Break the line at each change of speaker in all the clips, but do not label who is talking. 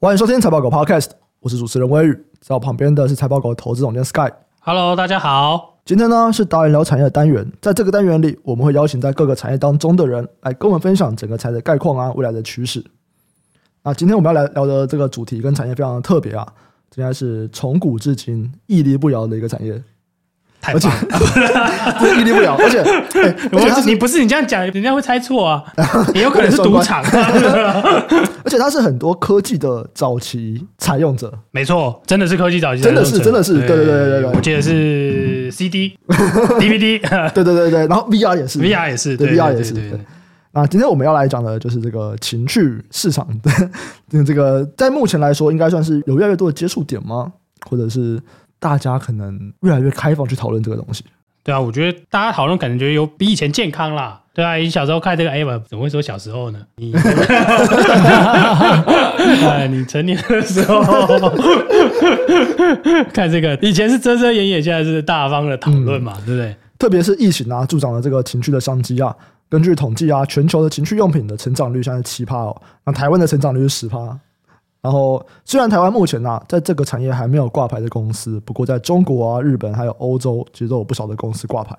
欢迎收听财报狗 Podcast，我是主持人微宇，在我旁边的是财报狗投资总监 Sky。
Hello，大家好。
今天呢是达人聊产业的单元，在这个单元里，我们会邀请在各个产业当中的人来跟我们分享整个产业的概况啊，未来的趋势。那今天我们要来聊的这个主题跟产业非常特别啊，应该是从古至今屹立不摇的一个产业，
太
而且
棒了！
不是屹立不摇，而且、 哎而且它
我
是
你不是你这样讲，人家会猜错 啊，也有可能是赌场。
而且它是很多科技的早期采用者，
没错，真的是科技早期
真的是
用者
真的是对对对对对对
我记得 是 CD、DVD、
对对对对，然后 VR 也是
VR 也是，
对
对
VR
对
也是
对对
对那今天我们要来讲的就是这个情趣市场的 这个，在目前来说，应该算是有越来越多的接触点吗？或者是大家可能越来越开放去讨论这个东西？
对啊，我觉得大家讨论感觉觉得有比以前健康啦。对啊，你小时候看这个，哎呀，怎么会说小时候呢？你， 哎，你成年的时候 看这个，以前是遮遮掩掩，现在是大方的讨论嘛，
嗯
对不对？
特别是疫情啊，助长了这个情趣的商机啊。根据统计啊，全球的情趣用品的成长率现在是七趴哦，那台湾的成长率是十趴。然后，虽然台湾目前啊，在这个产业还没有挂牌的公司，不过在中国啊、日本还有欧洲，其实都有不少的公司挂牌。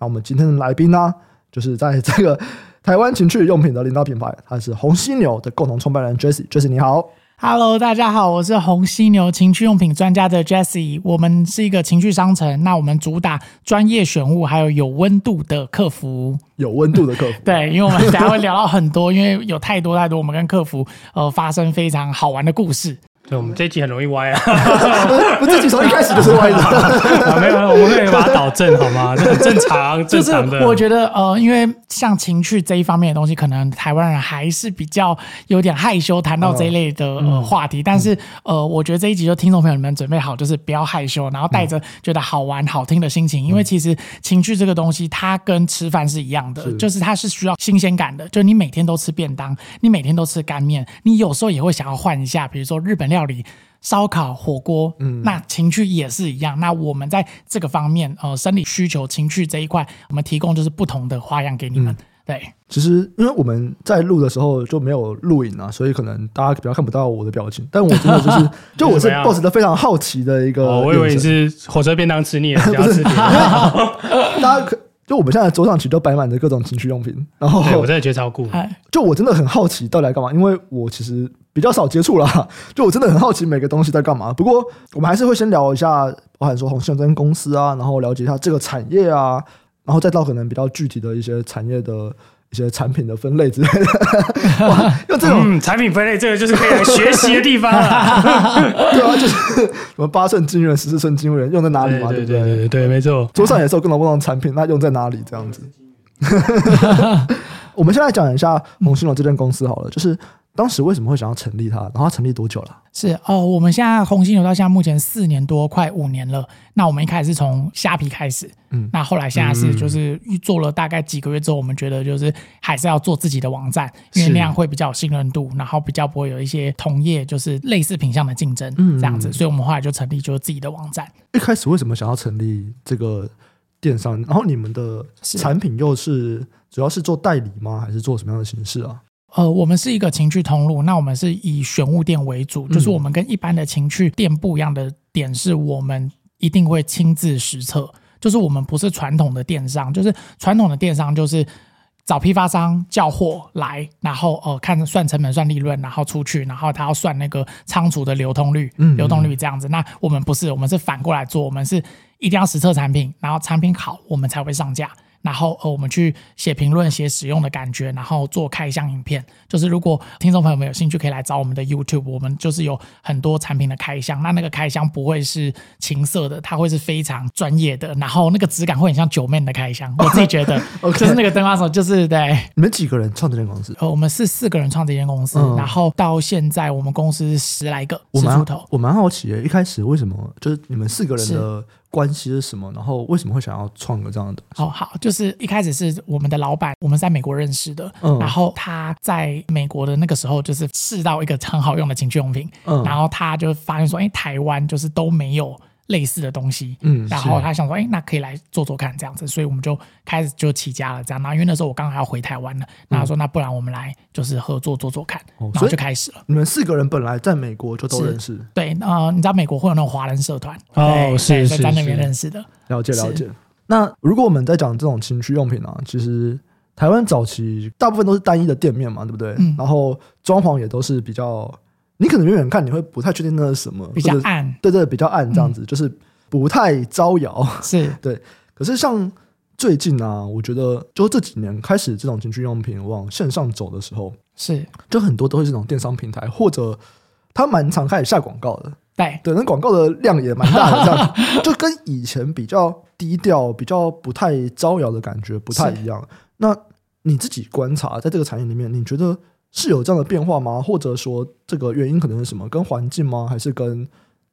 那我们今天的来宾呢、就是在这个台湾情趣用品的领导品牌，它是红犀牛的共同创办人 Jesse，Jesse 你好。
Hello，大家好，我是红犀牛情趣用品专家的 Jesse。我们是一个情趣商城，那我们主打专业选物，还有有温度的客服。
有温度的客服，
对，因为我们等一下会聊到很多，因为有太多太多，我们跟客服呃发生非常好玩的故事。
对，我们这一集很容易歪啊。
我自己从一开始就是歪的。
啊，没有，我们可以把它导正好 吗？这很正常，
就
正
是
常的。
我觉得呃，因为像情趣这一方面的东西，可能台湾人还是比较有点害羞谈到这一类的、
嗯
呃话题。但是呃，我觉得这一集就听众朋友们准备好，就是不要害羞，然后带着觉得好玩好听的心
嗯
情，因为其实情趣这个东西，它跟吃饭是一样的，就是它是需要新鲜感的。就你每天都吃便当，你每天都吃干面，你有时候也会想要换一下，比如说日本料理。烧烤、火锅，嗯，那情趣也是一样。那我们在这个方面，呃，生理需求、情趣这一块，我们提供就是不同的花样给你们。对，
其实，因为我们在录的时候就没有录影啊，所以可能大家比较看不到我的表情。但我真的就是， 就我是
怎么样
boss 的非常好奇的一个眼神、
哦，我以为你是火车便当吃腻了，想 要吃别
哦
的。
大家可就我们现在桌上其实都摆满了各种情趣用品，然后
对，我真的觉得超酷。
哎，
就我真的很好奇到底来干嘛，因为我其实比较少接触啦， 就我真的很好奇每个东西在干嘛。不过我们还是会先聊一下，包含说红象这间公司啊，然后了解一下这个产业啊，然后再到可能比较具体的一些产业的一些产品的分类之类的。 哇，用这种
嗯，产品分类这个就是可以来学习的地方 了。
对啊，就是什么八寸晶圆、十四寸晶圆用在
啊
哪里
对
嘛，
对
不
对对
对？
对对，没错。
桌上也是有各种不同的产品，那用在哪里这样子？ 我们先来讲一下红星龙这间公司好了，就是当时为什么会想要成立它，然后它成立多久了？
是哦，我们现在红星牛到现在目前四年多，快五年了。那我们一开始是从虾皮开始，
嗯
嗯，那后来现在是就是做了大概几个月之后，我们觉得就是还是要做自己的网站，因为
是
那样会比较有信任度，然后比较不会有一些同业就是类似品相的竞争，
嗯
这样子。所以我们后来就成立就是自己的网站。
一开始为什么想要成立这个电商？然后你们的
是
产品又是主要是做代理吗？还是做什么样的形式啊？
呃，我们是一个情趣通路，那我们是以玄物店为主，就是我们跟一般的情趣店不一样的点是，我们一定会亲自实测，就是我们不是传统的电商，就是传统的电商就是。找批发商叫货来，然后呃看算成本、算利润，然后出去，然后他要算那个仓储的流通率，
嗯
流动率这样子。那我们不是，我们是反过来做，我们是一定要实测产品，然后产品好，我们才会上架。然后呃，我们去写评论、写使用的感觉，然后做开箱影片。就是如果听众朋友们有兴趣，可以来找我们的 YouTube，我们就是有很多产品的开箱。那那个开箱不会是情色的，它会是非常专业的，然后那个质感会很像九妹的 开箱。我自己觉得
OK
就是那个灯光手，就是对。
你们几个人创这间公司？
呃，我们是四个人创这间公司，
嗯
然后到现在我们公司十来个，
我
十
蛮
出头。
我蛮好奇的，一开始为什么就是你们四个人
是
的关系是什么？然后为什么会想要创个这样的东西？
哦，好，就是一开始是我们的老板，我们是在美国认识的，
嗯
然后他在美国的那个时候就是试到一个很好用的情趣用品，
嗯
然后他就发现说，哎，台湾就是都没有类似的东西，
嗯
然后他想说，哎、那可以来做做看这样子，所以我们就开始就起家了这样。然后因为那时候我刚好要回台湾了，那他说那不然我们来就是合作做做看，
嗯哦
然
所
后
以
就开始了。
你们四个人本来在美国就都
是
认识，
对，呃，你知道美国会有那种华人社团
哦
对
是
对
是
在那边
是
认识的，
了解
是
了解。那如果我们在讲这种情趣用品啊，其实台湾早期大部分都是单一的店面嘛，对不对？
嗯
然后装潢也都是比较，你可能远远看你会不太确定那是什么，
比较
或者，
暗，嗯
对对，比较暗这样子，就是不太招摇。
是
可是像最近啊，我觉得就这几年开始，这种情趣用品往线上走的时候，
是，
就很多都是这种电商平台或者。它蛮常开始下广告的，
对，
对，那广告的量也蛮大的，这 样就跟以前比较低调、比较不太招摇的感觉不太一样。那你自己观察，在这个产业里面，你觉得是有这样的变化吗？或者说，这个原因可能是什么？跟环境吗？还是跟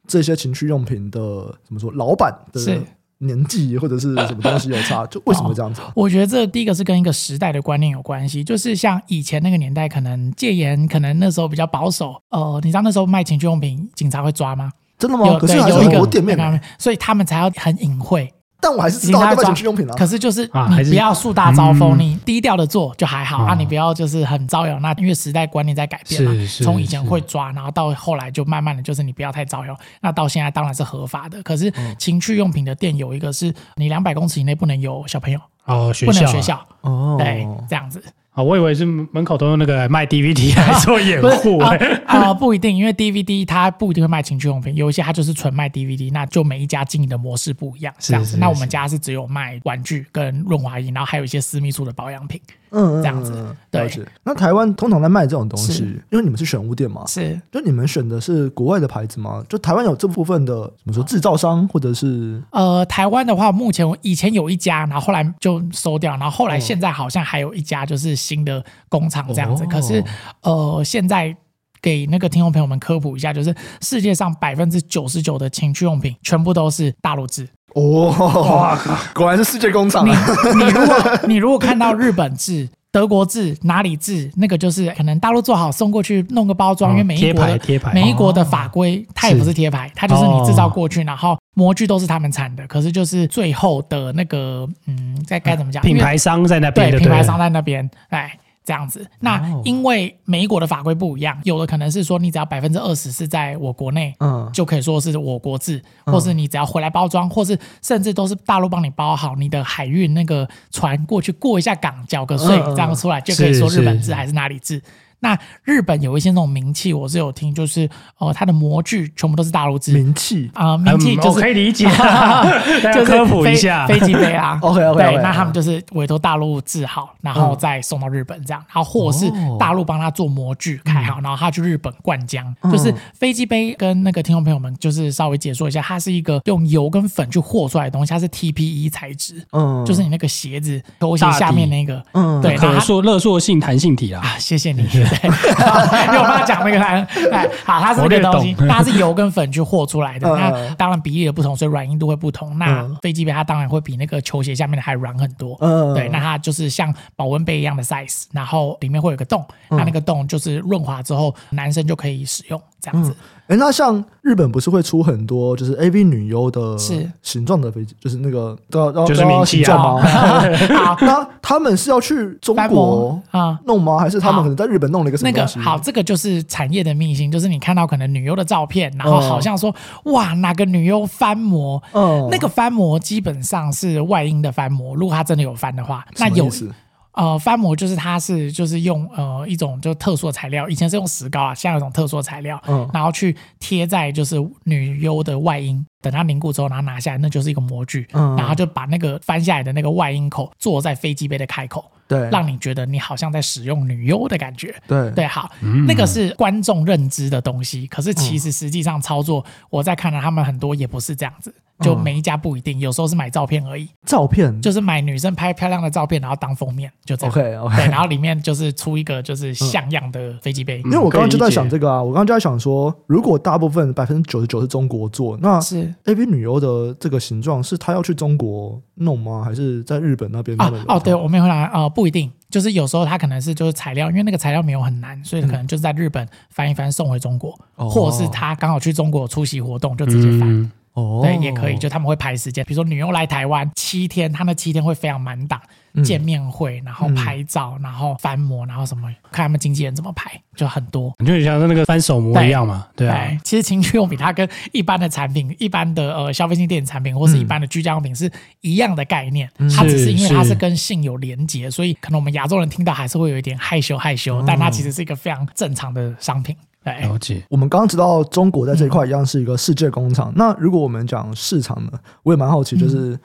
这些情趣用品的怎么说，老板的
是哦
年纪或者是什么东西有差？就为什么会这样子？
我觉得这第一个是跟一个时代的观念有关系，就是像以前那个年代，可能戒严，可能那时候比较保守。呃，你知道那时候卖情趣用品，警察会抓吗？
真的吗？
有
可是
对
还是
有一
很
个
多店面
那
欸，
个所以他们才要很隐晦。
但我还是知道
警察
要卖
抓
情趣用品啊。
可是就是
啊还
你
是
不要树大招风，
嗯
你低调的做就还好
啊
啊，你不要就是很招摇。那因为时代观念在改变嘛
是，是
从以前
是
会抓，然后到后来就慢慢的就是你不要太招摇。那到现在当然是合法的，可是
嗯
情趣用品的店有一个是你两百公尺以内不能有小朋友，
哦，学
不
校
能有
啊
学校，
哦
对，这样子。
啊，我以为是门口都用那个卖 DVD 来做掩护、
啊
欸，
啊，不一定，因为 DVD 它不一定会卖情趣用品，有一些它就是纯卖 DVD，那就每一家经营的模式不一样，
是
这样子。
是
那我
是
们家是只有卖玩具跟润滑液，然后还有一些私密处的保养品，
嗯，嗯
这样子
嗯嗯
对
了解。那台湾通常在卖这种东西
是，
因为你们是选物店
哦
嘛，
是
就你们选的是国外的牌子吗？就台湾有这部分的怎么说制造商或者是
呃，台湾的话，目前我以前有一家，然后后来就收掉，然后后来现在好像还有一家就是新的工厂这样子。
哦
可是呃，现在给那个听众朋友们科普一下，就是世界上百分之九十九的情趣用品全部都是大陆制。
哦，哇，果然是世界工厂
你
啊！
你如果你如果看到日本制。德国制哪里制？那个就是可能大陆做好送过去弄个包装，
哦
因为每一国
贴牌
的
贴牌哦
每一国的法规它也不是贴牌，它就是你制造过去，然后模具都是他们产的，可是就是最后的那个嗯，该该怎么讲？
啊品牌商在那边
对
就
品
了
牌商在那边，哎，这样子。那
哦
因为每一国的法规不一样，有的可能是说你只要百分之二十是在我国内，
嗯，
就可以说是我国制，或是你只要回来包装，或是甚至都是大陆帮你包好，你的海运那个船过去过一下港，缴个税，
嗯嗯
这样出来就可以说
是
日本
是
制还是哪里制。那日本有一些那种名气，我是有听，就是哦，它的模具全部都是大陆制
名气
啊，名气
嗯
就
我可
是
以理 解 啊，大家
就是
科普一下
飞飞机杯 啦
OK，OK，OK，嗯
对，
OK，
那他们就是委托大陆制好，然后再送到日本这样，然后或是
哦
大陆帮他做模具开
嗯
好，然后他去日本灌浆，
嗯
就是飞机杯跟那个听众朋友们就是稍微解说一下，它是一个用油跟粉去和出来的东西，它是 TPE 材质，
嗯，
就是你那个鞋子球鞋
大底
下面那个，
嗯
对，然后
可
它
塑热塑性弹性体啦。
啊，谢谢你， 对，因为我帮他讲那个他，哎，好，它是那个东西
我略，懂
它是油跟粉去和出来的，
嗯
那当然比例的不同，所以软硬度会不同。那
嗯
飞机杯它当然会比那个球鞋下面的还软很多，
嗯
对，那它就是像保温杯一样的 size，然后里面会有个洞，
嗯
那那个洞就是润滑之后，男生就可以使用这样子。
哎，那像日本不是会出很多就是 A V 女优的
是
形状的飞机，就是那个都要都要
就是名气啊
都要形状吗？
好，
那他们是要去中
翻
国
模啊。
弄吗？还是他们
好
可能在日本弄了一个什
那
么
个
东西？
好，这个就是产业的秘辛，就是你看到可能女优的照片，然后
嗯
好像说、哇哪个女优翻模，
嗯
那个翻模基本上是外阴的翻模，如果它真的有翻的话，那
什么
有
意思
呃翻模就是它是就是用呃一种就特殊的材料，以前是用石膏啊，现在有一种特殊的材料，
嗯
然后去贴在就是女优的外阴，等它凝固之后，然后拿下来，那就是一个模具，
嗯
然后就把那个翻下来的那个外阴口做在飞机杯的开口，
对
让你觉得你好像在使用女优的感觉。
对
对，好，
嗯
那个是观众认知的东西，可是其实实际上操作，我在看了他们很多也不是这样子，
嗯
就每一家不一定，有时候是买照片而已，
照片
就是买女生拍漂亮的照片，然后当封面，就这样。
OK OK
对，然后里面就是出一个就是像样的飞机杯，
因为我刚刚就在想
可以
这个啊，我刚刚就在想说，如果大部分百分之九十九是中国做，那
是
A V 女优的这个形状是她要去中国弄吗？还是在日本那边
啊
弄的？
哦，对，我没有回答啊、呃不一定，就是有时候它可能是就是材料，因为那个材料没有很难，所以可能就是在日本翻一翻送回中国，
嗯哦
或者是他刚好去中国出席活动就直接翻。
嗯，
哦
对，也可以，就他们会排时间，比如说女优来台湾七天，他们七天会非常满档，
嗯
见面会，然后拍照，然后翻模，然后什么，看他们经纪人怎么排，就很多。
就很像是那个翻手模一样嘛，对啊，
对，其实情趣用品它跟一般的产品、一般的呃消费性电子产品或是一般的居家用品是一样的概念，它只是因为它是跟性有连结，所以可能我们亚洲人听到还是会有一点害羞害羞，但它其实是一个非常正常的商品。对，
了解。
我们刚刚知道中国在这一块一样是一个世界工
嗯
厂。那如果我们讲市场呢，我也蛮好奇，就是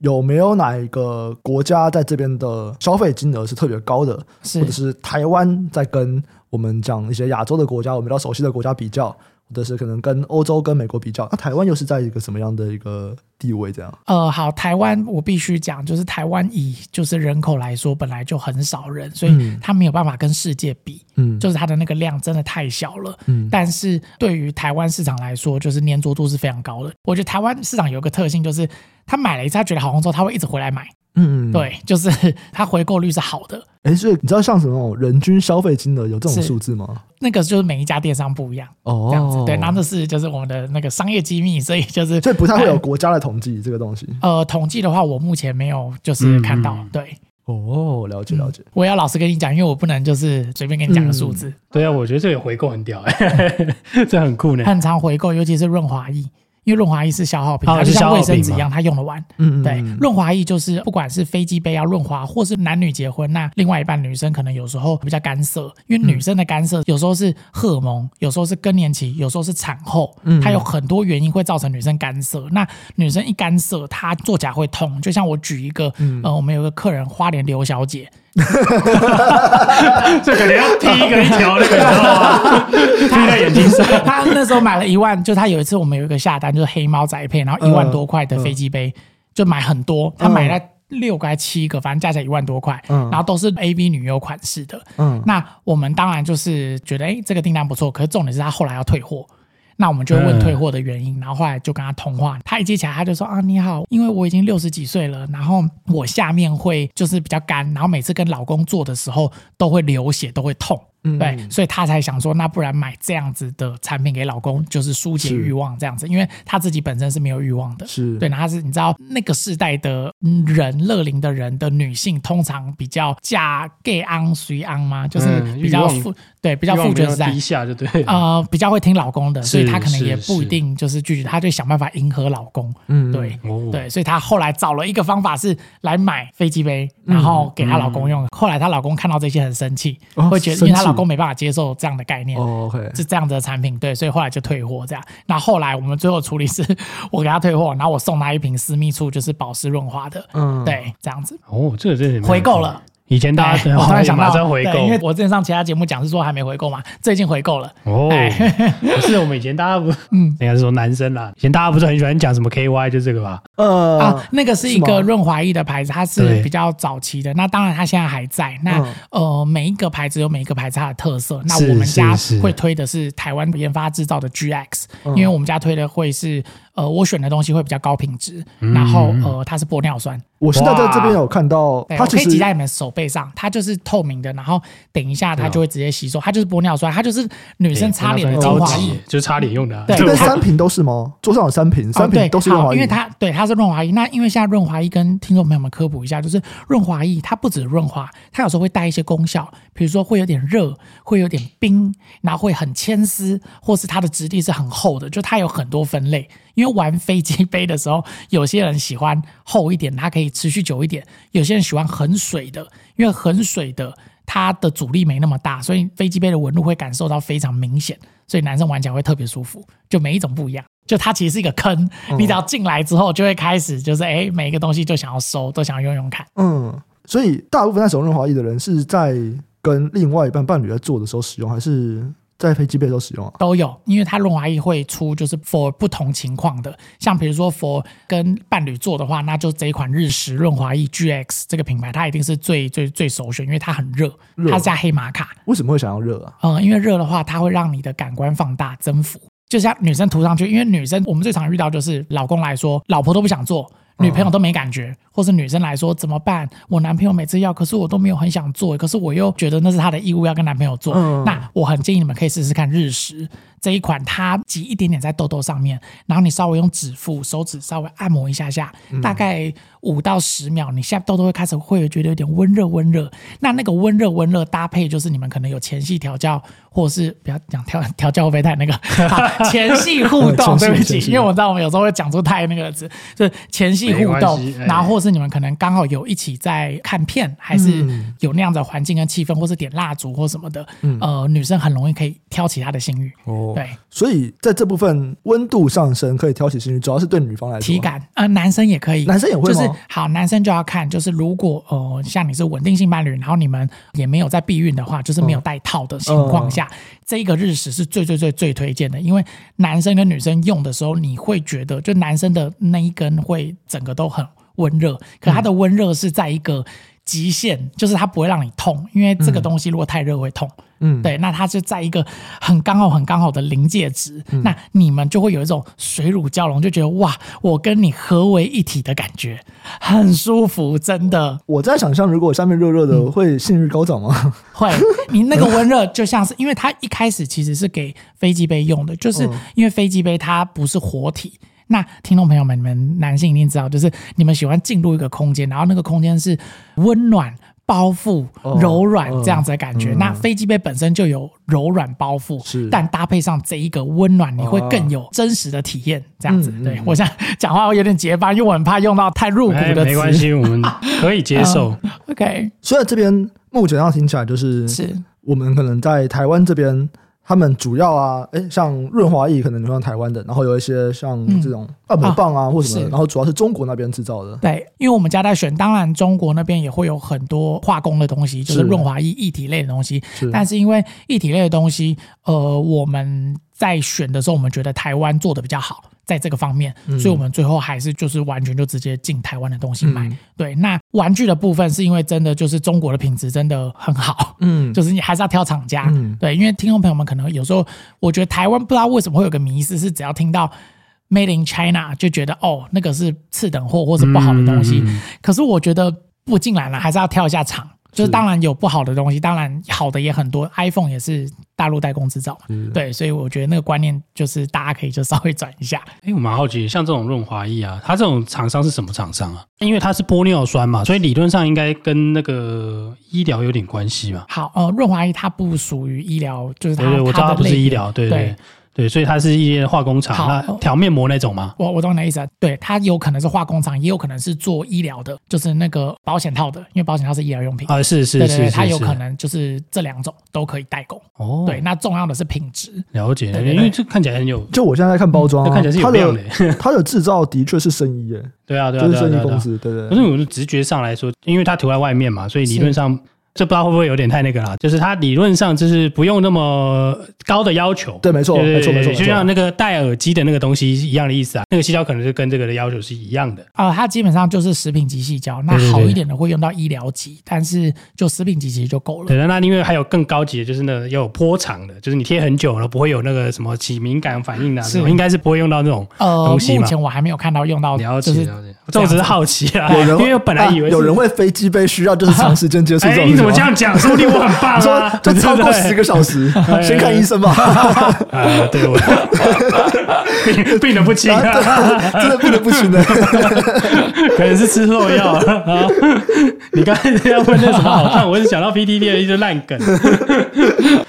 有没有哪一个国家在这边的消费金额是特别高的，
是
或者是台湾在跟我们讲一些亚洲的国家，我们比较熟悉的国家比较，或者是可能跟欧洲、跟美国比较，那台湾又是在一个什么样的一个地位？这样，
呃，好，台湾我必须讲，就是台湾以就是人口来说，本来就很少人，所以
嗯
它没有办法跟世界比，
嗯，
就是它的那个量真的太小了。
嗯
但是对于台湾市场来说，就是粘着度是非常高的。我觉得台湾市场有一个特性，就是他买了一次，他觉得好用之后，他会一直回来买。
嗯，嗯，
对， 就是它回购率是好的。
哎，所以你知道像什么那种人均消费金额有这种
是
数字吗？
那个就是每一家电商不一样，
哦
这样子。对，那这是就是我们的那个商业机密，所以就是
所以不太会有
哎
国家的统计这个东西。
呃统计的话，我目前没有就是看到。
嗯嗯
对，
哦，了解了解。
我要老实跟你讲，因为我不能就是随便跟你讲个数字，
对啊，我觉得这个回购很屌、欸， 这很酷呢。
很常回购，尤其是润滑液，因为润滑液是消耗品，
哦
它就是
消
像
耗
卫生纸
品嘛
一样，它用得完。
嗯，嗯
对
嗯，
润滑液就是不管是飞机杯要啊润滑，或是男女结婚，那另外一半女生可能有时候比较干涩，因为女生的干涩有时候是荷尔蒙，有时候是更年期，有时候是产后，它有很多原因会造成女生干涩。那女生一干涩，她做甲会痛。就像我举一个，呃，我们有个客人花莲刘小姐，
这可能要踢一个一条那个，你知道吗？ 踢在眼睛上。
他那时候买了一万，就他有一次我们有一个下单，就是黑猫宅配，然后一万多块的飞机杯，就买很多，他买了六个还七个，反正加起来一万多块，
嗯
然后都是 A V 女优款式的。
嗯
那我们当然就是觉得，哎、这个订单不错，可是重点是他后来要退货。那我们就会问
嗯
退货的原因，然后后来就跟他通话，他一接起来他就说啊你好，因为我已经六十几岁了，然后我下面会就是比较干，然后每次跟老公做的时候都会流血，都会痛，
嗯
对，所以她才想说，那不然买这样子的产品给老公，就是疏解
是
欲望这样子，因为她自己本身是没有欲望的。
是
对，那她是你知道那个世代的嗯人，乐龄的人的女性，通常比较嫁 gay on 随 on 嘛，就是
嗯
比较
欲望
父、对比较父权时代
低，下就对了。
呃，比较会听老公的，所以
是
她可能
是
也不
是
一定就是拒绝，她就想办法迎合老公。
嗯
对，
哦
对，所以她后来找了一个方法是来买飞机杯，
嗯
然后给她老公用。后来她老公看到这些很生气，
哦
会觉得
生
因为她
气
老公没办法接受这样的概念。
哦，OK，
是这样子的产品，对，所以后来就退货这样。那后来我们最后处理是我给她退货，然后我送她一瓶私密处，就是保湿润滑的，
嗯，
对，这样子
哦，这个真的
回购了。
以前大家
哎我突然想
马
到，
上回购
对，因为我之前上其他节目讲是说还没回购嘛，最近回购了，
哦
哎，
可是我们以前大家不，嗯，应该是说男生啦，以前大家不是很喜欢讲什么 KY 就这个吧？
呃，
啊，那个是一
是吗
个润滑液的牌子，它
对
是比较早期的。那当然，它现在还在。那、
嗯
呃，每一个牌子有每一个牌子它的特色。那
是
我们家
是嗯是
会推的是台湾研发制造的 GX，、因为我们家推的会是呃，我选的东西会比较高品质，
嗯
然后呃，它是玻尿酸。
我现在在这边有看到，
对，
它
我
其
可以
实
挤在你们手背上，它就是透明的，然后等一下
啊
它就会直接吸收，它就是玻尿酸，它就是女生擦脸的精
高
华
级
液。，
就是擦脸用的啊。
对
这边
它
三瓶都是吗？桌上有三瓶，三
哦对，
瓶都是润滑
好
液，
因为它对它是润滑液。那因为现在润滑液跟听众朋友们科普一下，就是润滑液它不止润滑，它有时候会带一些功效，比如说会有点热，会有点冰，然后会很牵丝，或是它的质地是很厚的，就它有很多分类。因为玩飞机杯的时候，有些人喜欢厚一点，它可以持续久一点；有些人喜欢很水的，因为很水的。它的阻力没那么大，所以飞机杯的纹路会感受到非常明显，所以男生玩起来会特别舒服。就每一种不一样，就它其实是一个坑，你只要进来之后就会开始就是哎、每一个东西就想要收，都想要用用看。
嗯，所以大部分在使用润滑液的人是在跟另外一半伴侣在做的时候使用，还是在飞机杯的时候使用啊？
都有，因为它润滑液会出就是 for 不同情况的，像比如说 for 跟伴侣做的话，那就这一款日食润滑液 GX 这个品牌，它一定是最最最首选，因为它很热，
热
它是加黑玛卡，
为什么会想要热啊？
嗯，因为热的话，它会让你的感官放大增幅，就像女生涂上去，因为女生我们最常遇到就是老公来说，老婆都不想做。女朋友都没感觉，或是女生来说怎么办？我男朋友每次要，可是我都没有很想做，可是我又觉得那是他的义务要跟男朋友做。
嗯
那我很建议你们可以试试看日食，这一款它挤一点点在痘痘上面，然后你稍微用指腹、手指稍微按摩一下下，
嗯
大概五到十秒，你现在痘痘会开始会觉得有点温热温热。那那个温热温热搭配就是你们可能有前戏调教，或者是不要讲调调教会不会 太那个、好前戏互
哦
动，
嗯前戏
对不
前
起，
戏
因为我知道我们有时候会讲出太那个字，就是前戏
没
互
关
动
系，哎
然后或是你们可能刚好有一起在看片，还是
嗯
有那样的环境跟气氛，或是点蜡烛或什么的，
嗯
呃，女生很容易可以挑起她的性欲，
哦，
对，
所以在这部分温度上升可以挑起兴趣，主要是对女方来说啊
体感，呃，男生也可以，
男生也会
就是
吗
好，男生就要看，就是如果呃，像你是稳定性伴侣，然后你们也没有在避孕的话，就是没有戴套的情况下，
嗯
这个日食是最最最最推荐的，因为男生跟女生用的时候，你会觉得就男生的那一根会整个都很温热，可它的温热是在一个。极限就是它不会让你痛，因为这个东西如果太热会痛。
嗯
对，那它是在一个很刚好、很刚好的临界值，那你们就会有一种水乳交融，就觉得哇，我跟你合为一体的感觉，很舒服，真的
我在想象，如果下面热热
嗯
的，会性欲高涨吗？
会。你那个温热就像是，因为它一开始其实是给飞机杯用的，就是
嗯
因为飞机杯它不是活体。那听众朋友们，你们男性一定知道，就是你们喜欢进入一个空间，然后那个空间是温暖。包覆
哦
柔软
嗯
这样子的感觉，
嗯
那飞机杯本身就有柔软包覆，
是
但搭配上这一个温暖，你会更有真实的体验。 这样子，
嗯嗯
对我想讲话我有点结巴，因为我很怕用到太入骨
哎
的词。
没关系，我们可以接 受。
，OK，
所以这边目前上听起来就是，
是
我们可能在台湾这边，他们主要啊，哎，像润滑液可能流向台湾的，然后有一些像这种按摩棒啊或什么的，
嗯哦是
然后主要是中国那边制造的。
对，因为我们家在选，当然中国那边也会有很多化工的东西，就是
是
润滑液液体类的东西。
是
但是因为液体类的东西，呃，我们在选的时候，我们觉得台湾做的比较好，在这个方面，
嗯
所以我们最后还是就是完全就直接进台湾的东西买。
嗯
对，那玩具的部分是因为真的就是中国的品质真的很好，
嗯，
就是你还是要挑厂家，
嗯
对，因为听众朋友们可能有时候，我觉得台湾不知道为什么会有个迷思，是只要听到 Made in China 就觉得哦，那个是次等货或是不好的东西。
嗯嗯嗯
可是我觉得不进来了，还是要挑一下厂。就是当然有不好的东西，当然好的也很多，iPhone 也是大陆代工制造嘛，对，所以我觉得那个观念就是大家可以就稍微转一下。
哎，我蛮好奇，像这种润滑液啊，它这种厂商是什么厂商啊？因为它是玻尿酸嘛，所以理论上应该跟那个医疗有点关系吧？
好，呃，润滑液它不属于医疗，就是它
对对，我知道它
的
不
类
是
别
医疗，对
对
对对，所以它是一些化工厂，
好哦
那调面膜那种吗？
我我懂你的意思啊，对，它有可能是化工厂，也有可能是做医疗的，就是那个保险套的，因为保险套是医疗用品。
啊，是是
对
是
对对，
是，
它有
是
可能就是这两种都可以代工。
哦，
对，，那重要的是品质。
了解，
对对对哦
因为这看起来很有，
就我现在在看包装
这
啊，
嗯看起来是有
它
量
的
的。
它的制造的确是生意耶，
对 啊，对啊，
就是
对啊，
生
对
意
啊对
公
啊。
司，对对
可
对。
是我的直觉上来说，因为它涂在外面嘛，所以理
是
论上这不知道会不会有点太那个啦。就是它理论上就是不用那么高的要求。
哎对，没错，
对
没错，
对
没错，
对，
没
就像
错。
那个戴耳机的那个东西一样的意思啊，那个细胶可能是跟这个的要求是一样的。
呃，它基本上就是食品级细胶，那
对对对
好一点的会用到医疗级，但是就食品级其实就够了。
嗯
对，那那因为还有更高级的，就是那个要有波长的，就是你贴很久了不会有那个什么起敏感反应啊，
是
这种应该是不会用到那种
哦
呃，
东西
目
嘛。
前我还没有看到用到，
了
就
解
是
了解，这我只是好奇啊，
有人
因为我本来以为
啊
是
有人会飞机杯需要就是长时间接触这
哎，
种，
你怎么这样讲？说不定我很棒
你说
啊，
就超过
对
十个小时，先看医 生吧。
对啊，对我 病病得不轻 啊，
真的不得不行的。
可能是吃错药 啊。你刚才要问那什么好看，我是想到 PDD 的一些烂梗。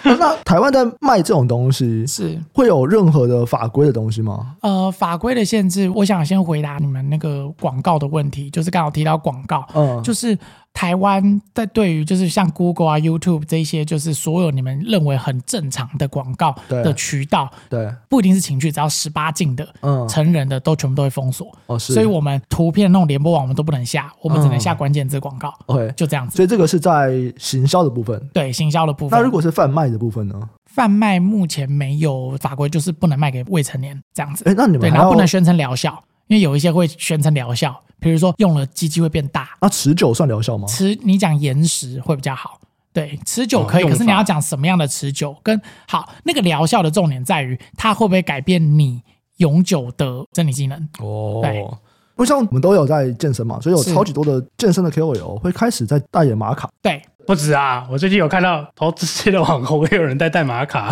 那台湾在卖这种东西，
是
会有任何的法规的东西吗？
呃法规的限制。我想先回答你们那个广告的问题，就是刚好提到广告，
哦
嗯，
就是台湾在对于就是像 Google 啊、YouTube 这一些，就是所有你们认为很正常的广告
对
的渠道，
对，
不一定是情趣，只要十八禁的、
嗯，
成人的都全部都会封锁。
哦是，
所以我们图片那种联播网我们都不能下，我们只能下关键字广告，
OK，
就这样子。
所以这个是在行销的部分。
对行销的部分，
那如果是贩卖的部分呢？
贩卖目前没有法规，就是不能卖给未成年这样子。
哎，那你
对，
们还
然后
要
不能宣称疗效，因为有一些会宣称疗效，比如说用了鸡鸡会变大，
那持久算疗效吗？
持你讲延时会比较好。对，持久
哦
可以，
用
可是你
法
要讲什么样的持久，跟好那个疗效的重点在于它会不会改变你永久的生理机能。
哦
对
因为像我们都有在健身嘛，所以有
是
超级多的健身的 KOL 会开始在代言玛卡，
对，
不止啊，我最近有看到投资界的网红也有人在代码 卡，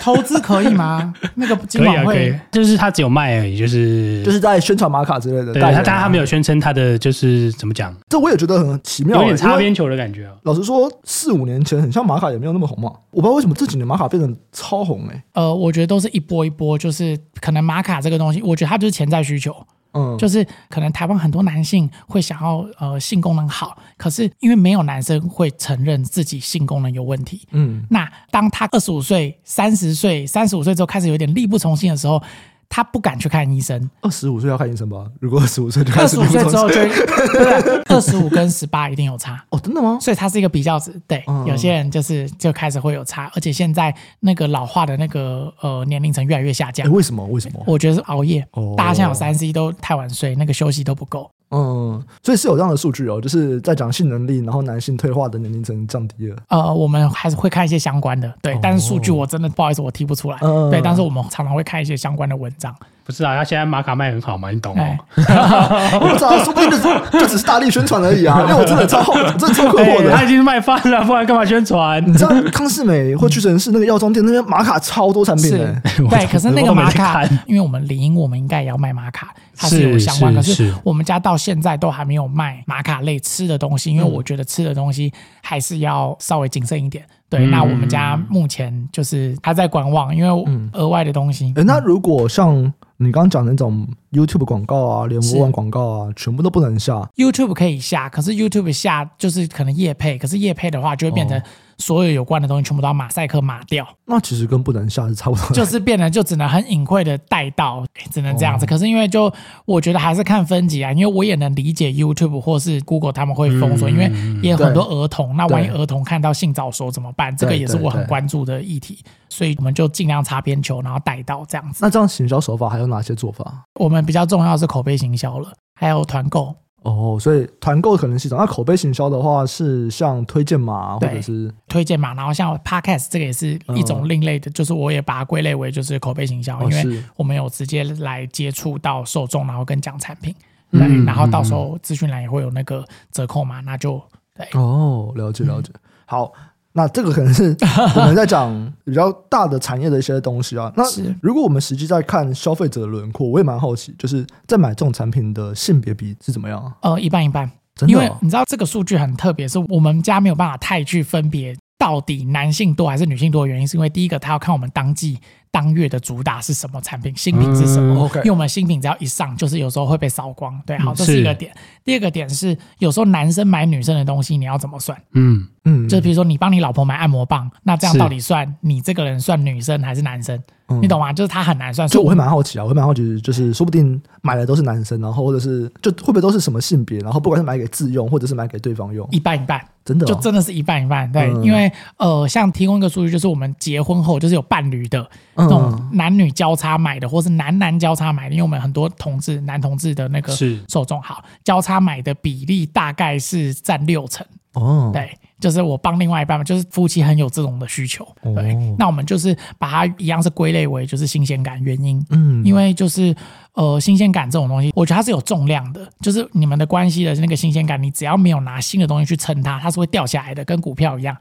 投资可以吗？ 那个
可
金
以啊，
管
可以
会，
就是他只有卖而已，就是
就是在宣传玛卡之类的。
对
代
他，
言
但
啊
他没有宣称他的就是怎么讲，
这我也觉得很奇妙、
有
欸，
点擦
因为
边球的感觉啊。
老实说，四五年前很像玛卡也没有那么红嘛，我不知道为什么这几年玛卡变成超红哎、
呃，我觉得都是一波一波，就是可能玛卡这个东西，我觉得它就是潜在需求，
嗯，
就是可能台湾很多男性会想要呃性功能好，可是因为没有男生会承认自己性功能有问题，
嗯，
那当他二十五岁、三十岁、三十五岁之后开始有点力不从心的时候，他不敢去看医生。
二十五岁要看医生吧？如果二十五岁就
二
开始
十五岁之后
工作
就会，对二十五跟十八一定有差，
哦，真的吗？
所以它是一个比较值。对，
嗯
有些人就是就开始会有差，而且现在那个老化的那个呃年龄层越来越下
哎，
降。
为什么？为什么？
我觉得是熬夜
哦，
大家现在有三 C 都太晚睡，那个休息都不够。
嗯，所以是有这样的数据哦，就是在讲性能力，然后男性退化的年龄层降低了。
呃，我们还是会看一些相关的，对
哦，
但是数据我真的不好意思，我提不出来。
嗯
对，但是我们常常会看一些相关的文章。
不是啊，他现在玛卡卖很好嘛，你懂
哎
哦。
我不知道，说不定就就只是大力宣传而已 啊，因为我真的超后，真的超困 惑
哎他
的。
已经卖翻了，不然干嘛宣传？
你知道康士美或屈臣氏那个药妆店那边玛卡超多产品
是
的、，
对，可是
我
那个
都没
玛
在
卡
看，
因为我们理应我们应该也要卖玛卡，它
是
是有相关，
是
可是
是
我们家到现在都还没有卖玛卡类吃的东西，因为
嗯
我觉得吃的东西还是要稍微谨慎一点。对，
嗯嗯
那我们家目前就是还在观望，因为额外的东西
诶，欸那如果像你刚刚讲的那种 YouTube 广告啊、连
是
播网广告啊，全部都不能下，
YouTube 可以下，可是 YouTube 下就是可能业配，可是业配的话就会变成
哦
所有有关的东西全部都要马赛克码掉。
那其实跟不能下是差不多的。
就是变得就只能很隐晦的带到，哎只能这样子。
哦
可是因为就我觉得还是看分级啊，因为我也能理解 YouTube 或是 Google 他们会封锁，
嗯
因为也有很多
对
儿童，那万一
对
儿童看到性早熟怎么办？这个
对
也是
对
我很
对
关注的议题，所以我们就尽量擦边球，然后带到这样子。
那这样行销手法还有哪些做法？
我们比较重要的是口碑行销了，还有团购。
哦，所以团购可能是一种。那口碑行销的话，是像推荐码或
对
者是
推荐嘛，然后像 podcast 这个也是一种另类的，就是我也把它归类为就是口碑行销，
嗯哦
因为
是
我们有直接来接触到受众，然后跟讲产品，对，
嗯
然后到时候资讯栏也会有那个折扣嘛，那就对，
哦，了解
嗯
了解。好，那这个可能 是我们在讲比较大的产业的一些东西啊。那
是
如果我们实际在看消费者的轮廓，我也蛮好奇，就是在买这种产品的性别比是怎么样啊？
呃，一半一半，
真
因
的
为
哦、
你知道这个数据很特别，是我们家没有办法太去分别到底男性多还是女性多的原因，是因为第一个他要看我们当季当月的主打是什么产品，新品是什么，
嗯
OK
因为我们新品只要一上，就是有时候会被扫光。对，好，
嗯
这是一个
是
点。第二个点是，有时候男生买女生的东西，你要怎么算？
嗯，
嗯，
就比如说你帮你老婆买按摩棒，那这样
是
到底算你这个人算女生还是男生？
嗯
你懂吗？就是他很难算。
就
所以
我会蛮好奇啊，我会蛮好奇，就是说不定买的都是男生，然后或者是就会不会都是什么性别，然后不管是买给自用或者是买给对方用，
一半一半。
真的、哦、
就真的是一半一半，对，
嗯
因为呃，像提供一个数据，就是我们结婚后就是有伴侣的
嗯
那种男女交叉买的，或是男男交叉买的，因为我们很多同志男同志的那个
是
受众好交叉买的比例大概是占六成，
哦，
对，就是我帮另外一半嘛，就是夫妻很有这种的需求，对，
哦
那我们就是把它一样是归类为就是新鲜感原因，
嗯，
因为就是呃新鲜感这种东西，我觉得它是有重量的，就是你们的关系的那个新鲜感，你只要没有拿新的东西去撑它，它是会掉下来的，跟股票一 样，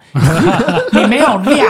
你没有量，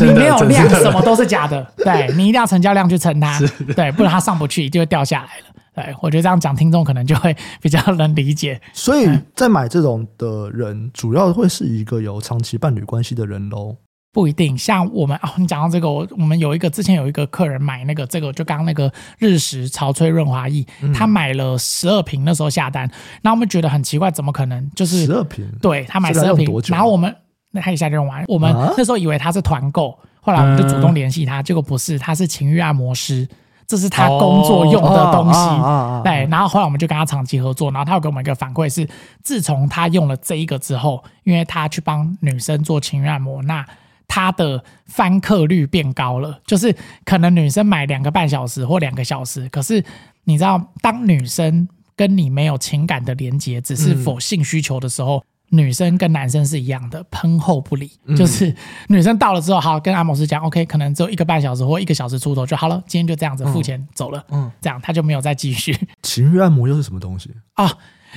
你
的
没 有
真的
量，什么都是假 的，对你一定要成交量去撑它，对，不然它上不去，就会掉下来了。对，我觉得这样讲，听众可能就会 比较能理解。
所以
嗯
在买这种的人，主要会是一个有长期伴侣关系的人喽。
不一定，像我们哦，你讲到这个，我我们有一个之前有一个客人买那个这个，就刚刚那个日食潮吹润滑液，
嗯
他买了十二瓶，那时候下单，然后我们觉得很奇怪，怎么可能？就是
十二瓶，
对他买
这
十
个要
二
用
瓶
多，久
然后我们那他一下就用完，我们
啊嗯
那时候以为他是团购，后来我们就主动联系他，结果不是，他是情欲按摩师，这是他工作用的东西。
哦嗯啊啊啊啊
对，然后后来我们就跟他长期合作，然后他有给我们一个反馈是，自从他用了这一个之后，因为他去帮女生做情欲按摩，那他的翻客率变高了，就是可能女生买两个半小时或两个小时，可是你知道，当女生跟你没有情感的连接，只是
嗯
否性需求的时候。女生跟男生是一样的，喷后不理，
嗯
就是女生到了之后，好跟阿姆斯讲，OK，可能只有一个半小时或一个小时出头就好了，今天就这样子付钱、走了，
嗯
这样他就没有再继续。
情欲按摩又是什么东西？
啊、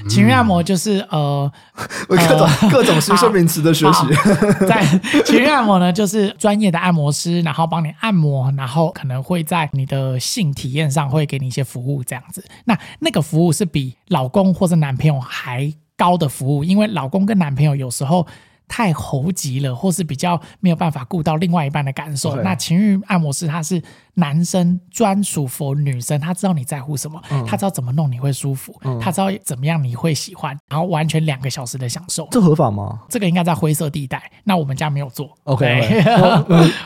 情欲按摩就是呃，
我各种各种新生名词的学习
好， 在情欲按摩呢，就是专业的按摩师，然后帮你按摩，然后可能会在你的性体验上会给你一些服务，这样子。那那个服务是比老公或者男朋友还高的服务，因为老公跟男朋友有时候。太猴急了，或是比较没有办法顾到另外一半的感受。
对
那情欲按摩师他是男生专属 for 女生，他知道你在乎什么，他知道怎么弄你会舒服，他知道怎么样你会喜欢，然后完全两个小时的享受。
这合法吗
这个应该在灰色地带。那我们家没有做
？OK，
对
哦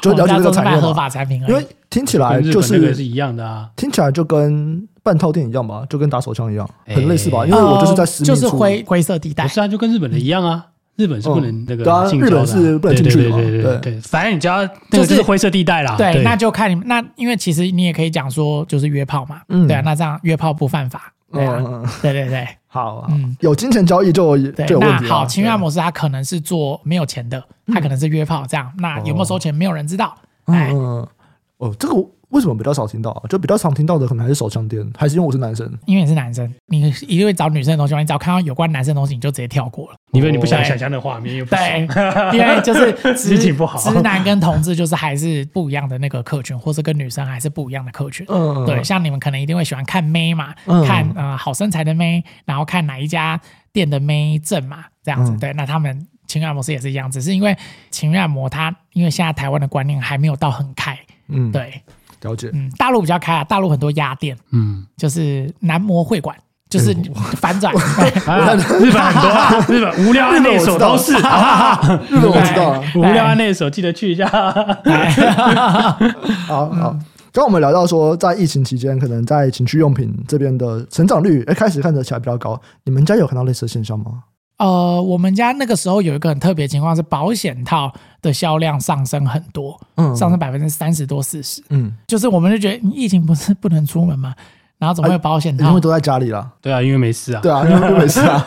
就了解这
哎我们家
个
都是
产
卖
业
合
嘛，
法产品而已。
因为听起来
跟日
就
本那个
是
是一样的啊。
听起来就跟半套电一样吧，就跟打手枪一样，
哎
很类似吧？因为我就是在私密
哦就
处，
是灰灰色地带
不。是啊，就跟日本的一样啊。日本是不能那个
对啊
进交的啊、
日本是不能进去的
对
嘛
对对对
对
对，反正你只要那个
就
就是是灰色地带
啊
啦。
对，那就看你们。那因为其实你也可以讲说，就是约炮嘛，
嗯
对啊，那这样约炮不犯法，对啊，
嗯嗯，嗯
对对对
好，好
嗯
有金钱交易就
对。
就有问
那
题了。啊
好，情欲按
对
摩师他可能是做没有钱的，他可能是约炮这样。那有没有收钱，没有人知道。哎
哦嗯，嗯嗯哦，这个我为什么比较少听到啊？就比较常听到的可能还是手枪店，还是因为我是男生。
因为你是男生，你一定会找女生的东西嘛，你只要看到有关男生的东西，你就直接跳过了。
你为你不想
对
想象的画面又不行
对，因为就是直
心情不好
直男跟同志就是还是不一样的那个客群，或是跟女生还是不一样的客群。
嗯，嗯
对，，像你们可能一定会喜欢看妹嘛，
嗯
看呃好身材的妹，然后看哪一家店的妹正嘛，这样子。
嗯
对，那他们情欲按摩师也是一样，只是因为情欲按摩它，因为现在台湾的观念还没有到很开，
嗯，
对，
了解。
嗯，大陆比较开啊，大陆很多鸭店，
嗯，
就是男模会馆，就是反转。
啊，日本很多啊，日本无聊案内所都是，好不好？
日本我 知道啊，
无聊案内所记得去一下。
好好。
嗯
刚刚我们聊到说，在疫情期间，可能在情趣用品这边的成长率，哎，开始看得起来比较高。你们家有看到类似的现象吗？
呃，我们家那个时候有一个很特别的情况是，保险套的销量上升很多，
嗯
上升百分之三十多四十，
嗯，
就是我们就觉得你疫情不是不能出门吗？然后怎么会有保险
嗯因
套？
为都在家里啦。
对啊，因为没事啊。
对啊，因为没事 啊。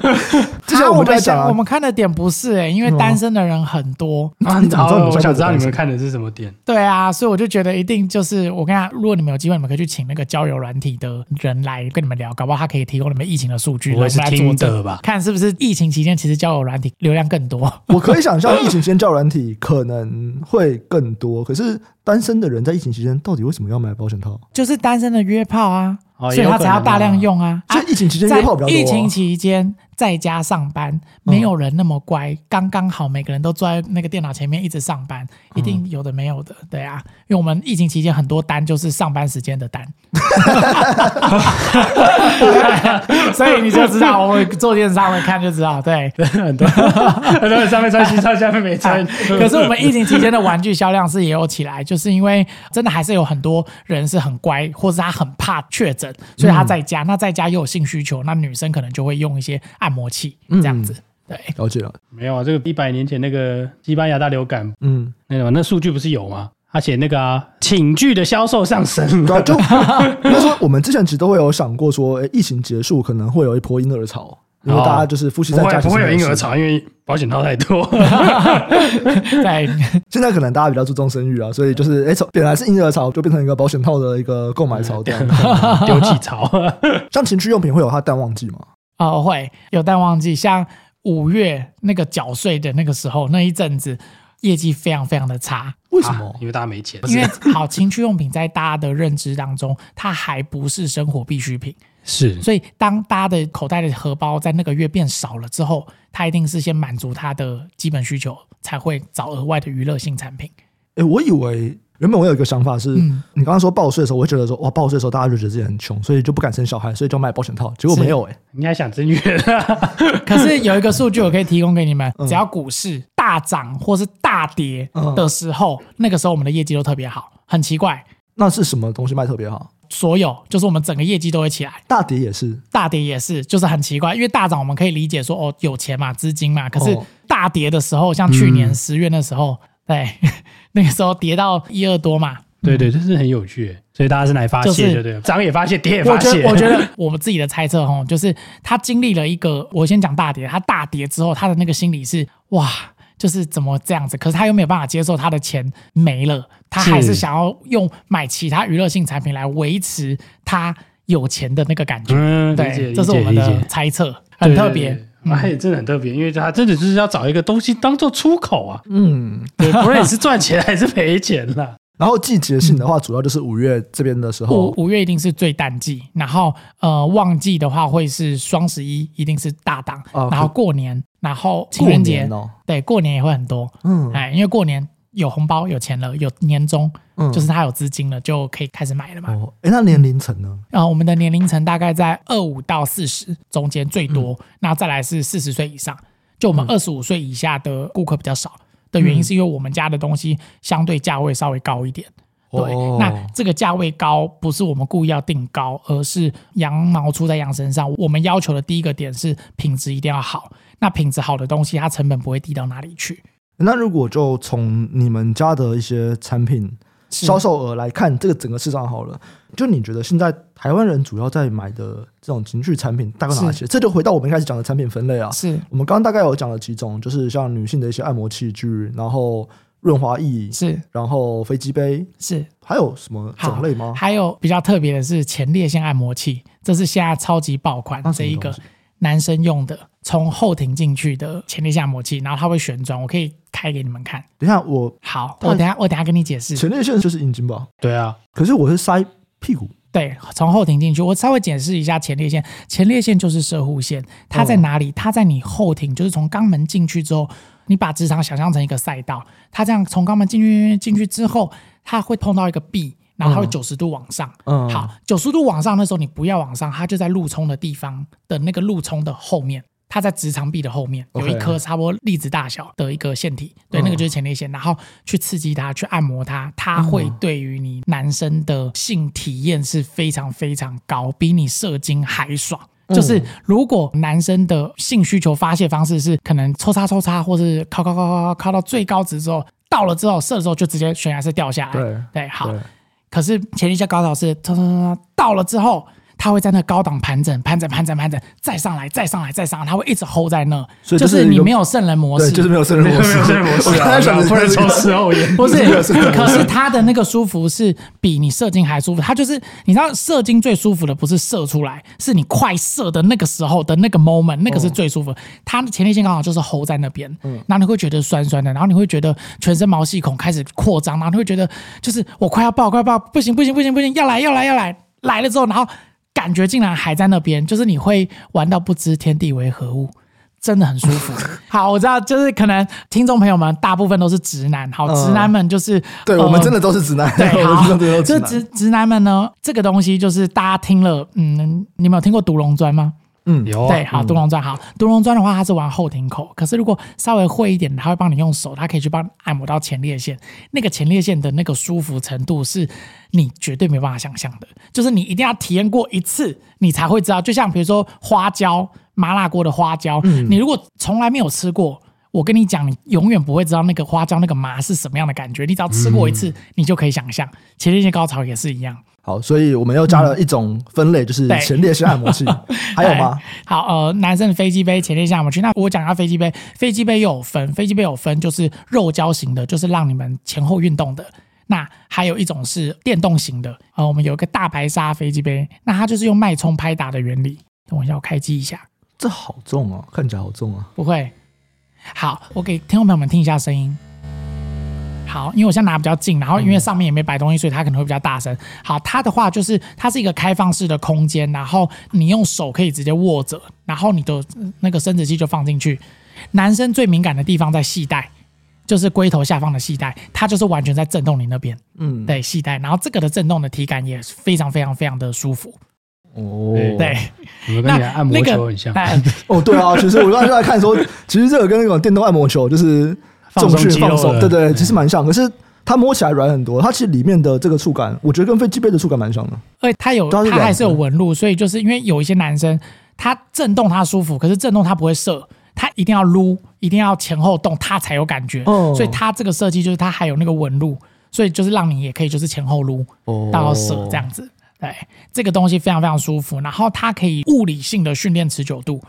之前
啊
我
我
们在
们
讲
想
啊
我，们看的点不是哎、因为单身的人很多，
啊，
你怎么知道你
哦
们
我
下
想
面
知道
有
你们
东西
看的是什么店？
对啊，所以我就觉得一定就是我跟他，如果你们有机会，你们可以去请那个交友软体的人来跟你们聊，搞不好他可以提供你们疫情的数据，
不会是
然后我们来佐证
听的吧
看是不是疫情期间其实交友软体流量更多。
我可以想象疫情期间叫软体可能会更多，可是单身的人在疫情期间到底为什么要买保险套？
就是单身的约炮啊，
哦
所以
也有
他
可
才
能
要大量用啊。
所
啊
以疫情期间
在
约炮比较多、嗯啊。
疫情期间在家上班，没有人那么乖，刚刚好每个人都坐在那个电脑前面一直上班，
嗯
一定有的没有的，对啊，因为我们疫情期间很多单就是上班时间 的单， 所以你就知道我们做电商的看就知道，对。
很多很多人上面穿西装，下面没穿。
可是我们疫情期间的玩具销量是也有起来，就是因为真的还是有很多人是很乖，或是他很怕确诊，所以他在家，那在家又有性需求，那女生可能就会用一些按摩器这样子。对，
了解了，
没有啊，这个一百年前那个西班牙大流感
嗯，
那个嘛那数据不是有吗？而且那个啊，寝具的销售上 升
对啊，就应该说我们之前其实都会有想过说，诶疫情结束可能会有一波婴儿潮，因为大家就是夫妻
不
在
会
家
哦不会有
其实没
婴儿
事，
潮，因为保险套太多。
对，
现在可能大家比较注重生育啊，所以就是哎，从本来是婴儿潮就变成一个保险套的一个购买潮这 样。
丢弃潮，
像情趣用品会有它淡旺季嘛？
哦，会有淡旺季，像五月那个缴税的那个时候，那一阵子业绩非常非常的差，
为 什么？
因为大家没钱，
因为好情趣用品在大家的认知当中，它还不是生活必需品，
是
所以当大家的口袋的荷包在那个月变少了之后，他一定是先满足他的基本需求，才会找额外的娱乐性产品。
哎、我以为原本我有一个想法是，
嗯
你刚刚说报税的时候，我会觉得说，哇，报税的时候大家就觉得自己很穷，所以就不敢生小孩，所以就买保险套。结果
是
没有哎、
你还想啊真月啦？
可是有一个数据我可以提供给你们，只要股市大涨或是大跌嗯的时候，那个时候我们的业绩都特别好，很奇怪。
那是什么东西卖特别好？
所有就是我们整个业绩都会起来，
大碟也是，
大跌也是，就是很奇怪，因为大涨我们可以理解说哦有钱嘛，资金嘛，可是
哦
大跌的时候，像去年
嗯
十月那时候，对， 那个时候跌到一二多嘛，
对对，这是很有趣，所以大家是来发
就是
泄，对不对？涨也发泄，跌也
我
发
觉
泄
得，。我觉得我们自己的猜测哦，就是他经历了一个，我先讲大跌，他大跌之后，他的那个心理是哇，就是怎么这样子？可是他又没有办法接受他的钱没了，他还是
是
想要用买其他娱乐性产品来维持他有钱的那个感觉。
嗯，理解
对，
理
这是我
解
们
理
的
解。
猜测。很特别。嗯
对。哎，真的很特别，因为他真的就是要找一个东西当做出口啊，
嗯，
对，不论你是赚钱还是赔钱啦。
然后季节性的话，主要就是五月这边的时
五
候，
五月一定是最淡季，然后呃旺季的话会是双十一一定是大档，
啊
哦
然后过年，然后情人
过
节
年，哦，
对，过年也会很多，
嗯
哎，因为过年有红包、有钱了、有年终，
嗯，
就是他有资金了，就可以开始买了嘛。
哦，哎，那年龄层呢？
然后我们的年龄层大概在二五到四十中间最
嗯
多，那再来是四十岁以上。就我们二十五岁以下的顾客比较少的
嗯
原因，是因为我们家的东西相对价位稍微高一点。对，
哦
那这个价位高不是我们故意要定高，而是羊毛出在羊身上。我们要求的第一个点是品质一定要好，那品质好的东西，它成本不会低到哪里去。
那如果就从你们家的一些产品
是
销售额来看，这个整个市场好了，就你觉得现在台湾人主要在买的这种情趣产品大概有哪些？这就回到我们一开始讲的产品分类啊。
是
我们刚刚大概有讲了几种，就是像女性的一些按摩器具，然后润滑液，
是
然后飞机杯，
是，
还有什么种类吗？
还有比较特别的是前列腺按摩器，这是现在超级爆款
那，什
这
么
一
东
个
西
男生用的，从后庭进去的前列腺按摩器，然后它会旋转，我可以开给你们看。
等一下，我
好，
它
我等一下我等一下跟你解释。
前列腺就是阴茎吧？
对啊，
可是我是塞屁股，
对，从后庭进去，我稍微解释一下前列腺。前列腺就是射护腺，它在哪里？它在你后庭，就是从肛门进去之后，你把直肠想象成一个赛道，它这样从肛门进去进去之后，它会碰到一个壁，然后它会
嗯
九十度往上。
嗯，
好，，九十度往上那时候你不要往上，它就在路冲的地方的那个路冲的后面，它在直肠壁的后面有
OK
一颗差不多粒子大小的一个腺体，对，
嗯
那个就是前列腺，然后去刺激它，去按摩它，它会对于你男生的性体验是非常非常高，比你射精还爽。
嗯
就是如果男生的性需求发泄方式是可能抽插抽插，或是靠靠靠靠靠靠到最高值之后，到了之后射的时候就直接悬崖式掉下来。
对
对，好，
对，
可是前列腺高潮是冲冲冲冲到了之后，它会在那高档盘整、盘整、盘整、盘整，再上来、再上来、再上来，它会一直 hold 在那，
所以就
就
是一个
你没有圣人模式，
对，就是没有圣人模式，啊我刚才想的
不能
是这
从
个
事后眼。
不是
没有圣人模，式
可是它的那个舒服是比你射精还舒服。它就是你知道，射精最舒服的不是射出来，是你快射的那个时候的那个 moment，那个是最舒服。它前列腺刚好就是 hold 在那边，然后你会觉得酸酸的，然后你会觉得全身毛细孔开始扩张，然后你会觉得就是我快要爆，快要爆，不行不行不行不行，要来要来要来，来了之后，然后感觉竟然还在那边，就是你会玩到不知天地为何物。真的很舒 服。好，我知道，就是可能听众朋友们大部分都是直男，好，
嗯
直男们就是
对
呃
我们真的都是直男，
对，
我
好
们真的都，
就是直
直男，
直男们呢，这个东西就是大家听了，嗯，你们有听过独龙砖吗？
嗯，
有啊
对，好，独龙砖好，独龙砖的话，它是玩后庭口，可是如果稍微会一点，它会帮你用手，它可以去帮你按摩到前列腺，那个前列腺的那个舒服程度是你绝对没办法想象的，就是你一定要体验过一次，你才会知道。就像比如说花椒麻辣锅的花椒，你如果从来没有吃过。我跟你讲，你永远不会知道那个花椒那个麻是什么样的感觉。你只要吃过一次，你就可以想象。前列腺高潮也是一样。
好，所以我们又加了一种分类，就是
对
前列腺按摩 器，还有吗？
哎？好，呃，男生的飞机杯前列腺按摩器，那我讲一下飞机杯，飞机杯又有分，飞机杯有分就是肉胶型的，就是让你们前后运动的。那还有一种是电动型的，呃，我们有一个大白鲨飞机杯，那它就是用脉冲拍打的原理。等我一下，我开机一下，
这好重哦，看起来好重啊！
不会。好，我给听众朋友们听一下声音。好，因为我现在拿比较近，然后因为上面也没摆东西，所以它可能会比较大声。好，它的话就是它是一个开放式的空间，然后你用手可以直接握着，然后你的呃那个生殖器就放进去。男生最敏感的地方在系带，就是龟头下方的系带，它就是完全在震动你那边，
嗯，
对系带。然后这个的震动的体感也非常非常非常的舒服，
哦，
对。
你们跟你的按摩球很像，
那哎
哦，对啊，其实我刚才就在看说， 其实这个跟那种电动按摩球就是
放
重
松
训
肌肉
放松，
的
对对，
嗯
其实蛮像，可是它摸起来软很多，它其实里面的这个触感，我觉得跟飞机杯的触感蛮像的。
而且它有
都
它
是软的
还是有纹路，所以就是因为有一些男生他震动他舒服，可是震动他不会射，他一定要撸，一定要前后动，他才有感觉。
哦
所以它这个设计就是它还有那个纹路，所以就是让你也可以就是前后撸
哦
到射这样子。对，这个东西非常非常舒服，然后它可以物理性的训练持久 度。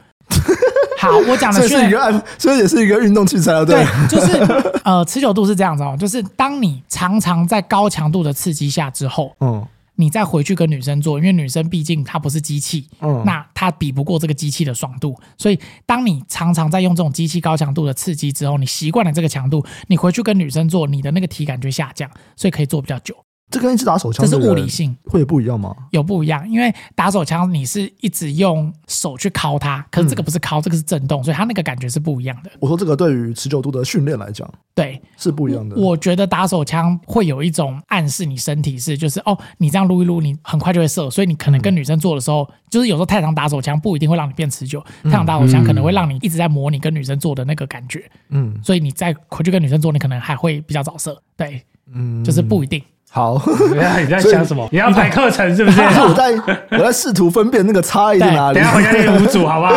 好，我讲的
所以是
训练
一个按，所以也是一个运动器材啊，对。
对，就是呃，持久度是这样子哦，就是当你常常在高强度的刺激下之后，
嗯，
你再回去跟女生做，因为女生毕竟她不是机器，
嗯
那它比不过这个机器的爽度，所以当你常常在用这种机器高强度的刺激之后，你习惯了这个强度，你回去跟女生做，你的那个体感就下降，所以可以做比较久，
这跟一直打手枪
这是
的
物
人
理性。
会不一样吗？
有不一样，因为打手枪你是一直用手去敲它，可是这个不是敲，这个是震动，所以它那个感觉是不一样的。
我说这个对于持久度的训练来讲
对，
是不一样的。
我觉得打手枪会有一种暗示你身体是，就是哦，你这样撸一撸，你很快就会射，所以你可能跟女生做的时候，就是有时候太常打手枪不一定会让你变持久，
嗯
太常打手枪可能会让你一直在模拟跟女生做的那个感觉，
嗯
所以你再回去跟女生做，你可能还会比较早射，对，
嗯，
就是不一定。
好。
你哎在你在想什么？你要排课程是 不是？
但是 我在我在试图分辨那个差异在哪里
等一。下回家练五组好不 好？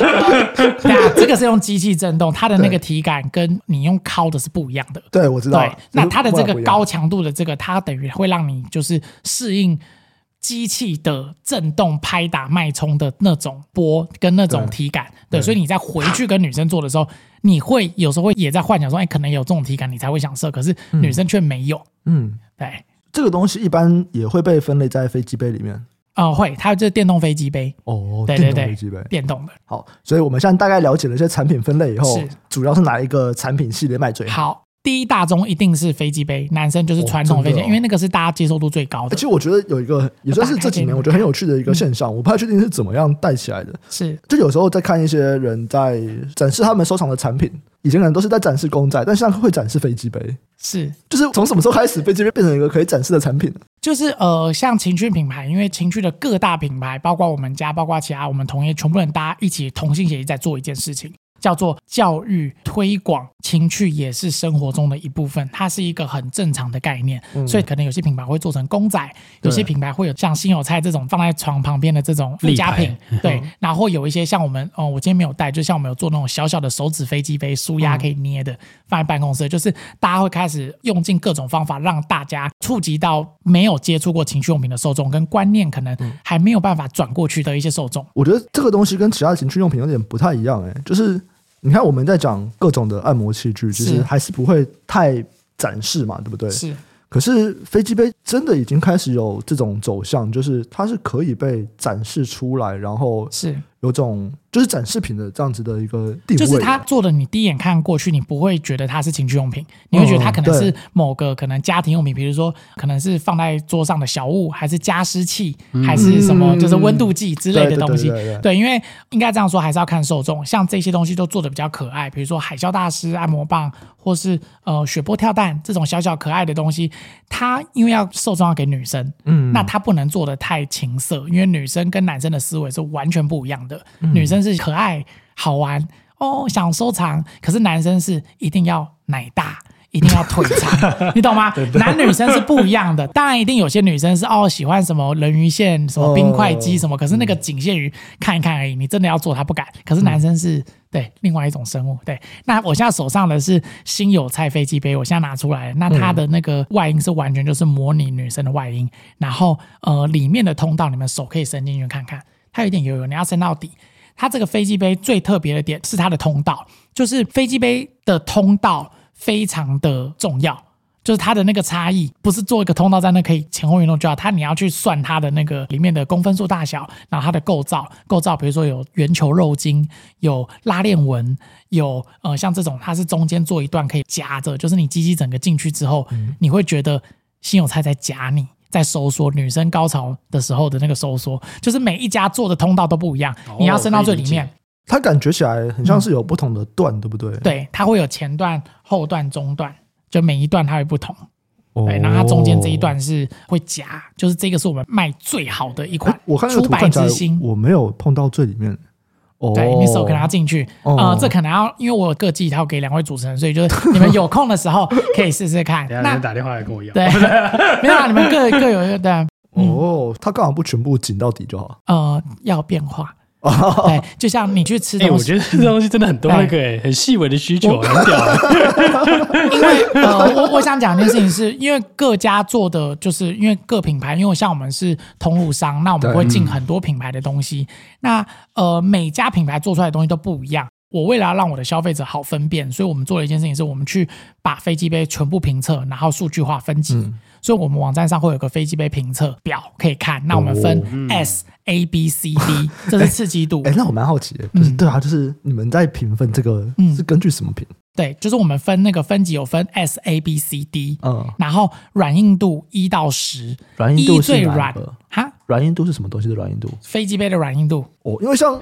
对啊，这个是用机器震动，它的那个体感跟你用敲的是不一样的。
对，我知道
对，。那它的
就是
这
不
个
一样
高，强度的这个，它等于会让你就是适应机器的震动、拍打、脉冲的那种波跟那种
对
体感。对，
对
所以你在回去跟女生做的时候，你会有时候会也在幻想说，哎，可能有这种体感，你才会想射，可是女生却没有。
嗯，
对，
这个东西一般也会被分类在飞机杯里面。
呃，会，它就是电动飞机杯，
哦，
对对
电动
对
飞机杯。
电动的。
好，所以我们现在大概了解了一些产品分类以后
是，
主要是哪一个产品系列卖最好？
好，第一大宗一定是飞机杯，男生就是传统飞机，
哦真的哦
因为那个是大家接受度最高的
其。实我觉得有一个也算是这几年
打开给你
我觉得很有趣的一个现象，我不太确定是怎么样带起来的。
是
就有时候在看一些人在展示他们收藏的产品，以前可能都是在展示公仔，但现在会展示飞机杯。
是，
就是从什么时候开始飞机杯变成一个可以展示的产品呢？
就是呃，像情趣品牌，因为情趣的各大品牌，包括我们家，包括其他我们同业，全部人大家一起同心协力在做一件事情，叫做教育推广。情趣也是生活中的一部分，它是一个很正常的概念，所以可能有些品牌会做成公仔，有些
对
品牌会有像新油菜这种放在床旁边的这种附加品，对，然后有一些像我们哦，我今天没有带，就像我们有做那种小小的手指飞机杯，舒压可以捏的，放在办公室，就是大家会开始用尽各种方法，让大家触及到没有接触过情趣用品的受众，跟观念可能还没有办法转过去的一些受众。
我觉得这个东西跟其他情趣用品有点不太一样、欸，就是你看我们在讲各种的按摩器具，其实
是
还是不会太展示嘛，对不对？
是
可是飞机杯真的已经开始有这种走向，就是它是可以被展示出来，然后
是，
有种就是展示品的这样子的一个定位，啊
就是它做的，你第一眼看过去，你不会觉得它是情趣用品，你会觉得它可能是
嗯对
某个可能家庭用品，比如说可能是放在桌上的小物，还是加湿器，还是什么就是温度计之类的东
嗯对
西
对对对对。
对，因为应该这样说，还是要看受众。像这些东西都做的比较可爱，比如说海啸大师按摩棒，或是呃雪波跳蛋这种小小可爱的东西，它因为要受众要给女生，
嗯
那他不能做的太情色，因为女生跟男生的思维是完全不一样的。
嗯
女生是可爱、好玩哦，想收藏；可是男生是一定要奶大。一定要腿 长，你懂吗？男女生是不一样的。当然，一定有些女生是哦喜欢什么人鱼线、什么冰块肌
哦
什么，可是那个仅限于看一看而已。你真的要做，他不敢。可是男生是、对另外一种生物。对，那我现在手上的是新有菜飞机杯，我现在拿出来了，那它的那个外阴是完全就是模拟女生的外阴，然后呃里面的通道，你们手可以伸进去看看，它有一点油油，你要伸到底。它这个飞机杯最特别的点是它的通道，就是飞机杯的通道非常的重要。就是它的那个差异，不是做一个通道在那可以前后运动就好，它你要去算它的那个里面的公分数大小，然后它的构造，构造比如说有圆球肉筋，有拉链纹，有呃像这种它是中间做一段可以夹着，就是你鸡鸡整个进去之后，你会觉得心有菜在夹你。在收缩，女生高潮的时候的那个收缩，就是每一家做的通道都不一样，你要伸到最里面，
它感觉起来很像是有不同的段，对不对？
对，它会有前段、后段、中段，就每一段它会不同。
哦
对，然后它中间这一段是会夹，就是这个是我们卖最好的一款
哎，我看那个
出
图
白
看起来哦
之星。
我没有碰到最里面。哦，
对你手可能要进去，
哦
呃，这可能要因为我有各寄一套给两位主持人，所以就是 你们有空的时候可以试试看。
等一下哎
那
人打电话来跟我要。
对， 没有啦，你们各各有一个对，啊
哦，它干嘛不全部紧到底就好？
呃，要变化。
哦
对，就像你去吃
哎、
东
我
西，
觉得这东西真的很多那个、哎，很细微的需求，很屌、欸
因为 呃，
哦
我我想讲一件事情是，因为各家做的就是因为各品牌，因为像我们是通路商，那我们
对嗯
会进很多品牌的东西。那呃，每家品牌做出来的东西都不一样。我为了要让我的消费者好分辨，所以我们做了一件事情，是我们去把飞机杯全部评测，然后数据化分级。
嗯
所以我们网站上会有个飞机杯评测表可以看。那我们分 S、A、B、C、D，这是刺激度。
哦 哎、那我蛮好奇的，就是、
嗯
对啊，就是你们在评分这个、
嗯
是根据什么评？
对，就是我们分那个分级有分 S、A、B、C、D，
嗯，
然后软硬度一到十，
软硬
一
度是
最
哪
软
一个
哈，
软硬度是什么东西的软硬度？
飞机杯的软硬度，
哦，因为像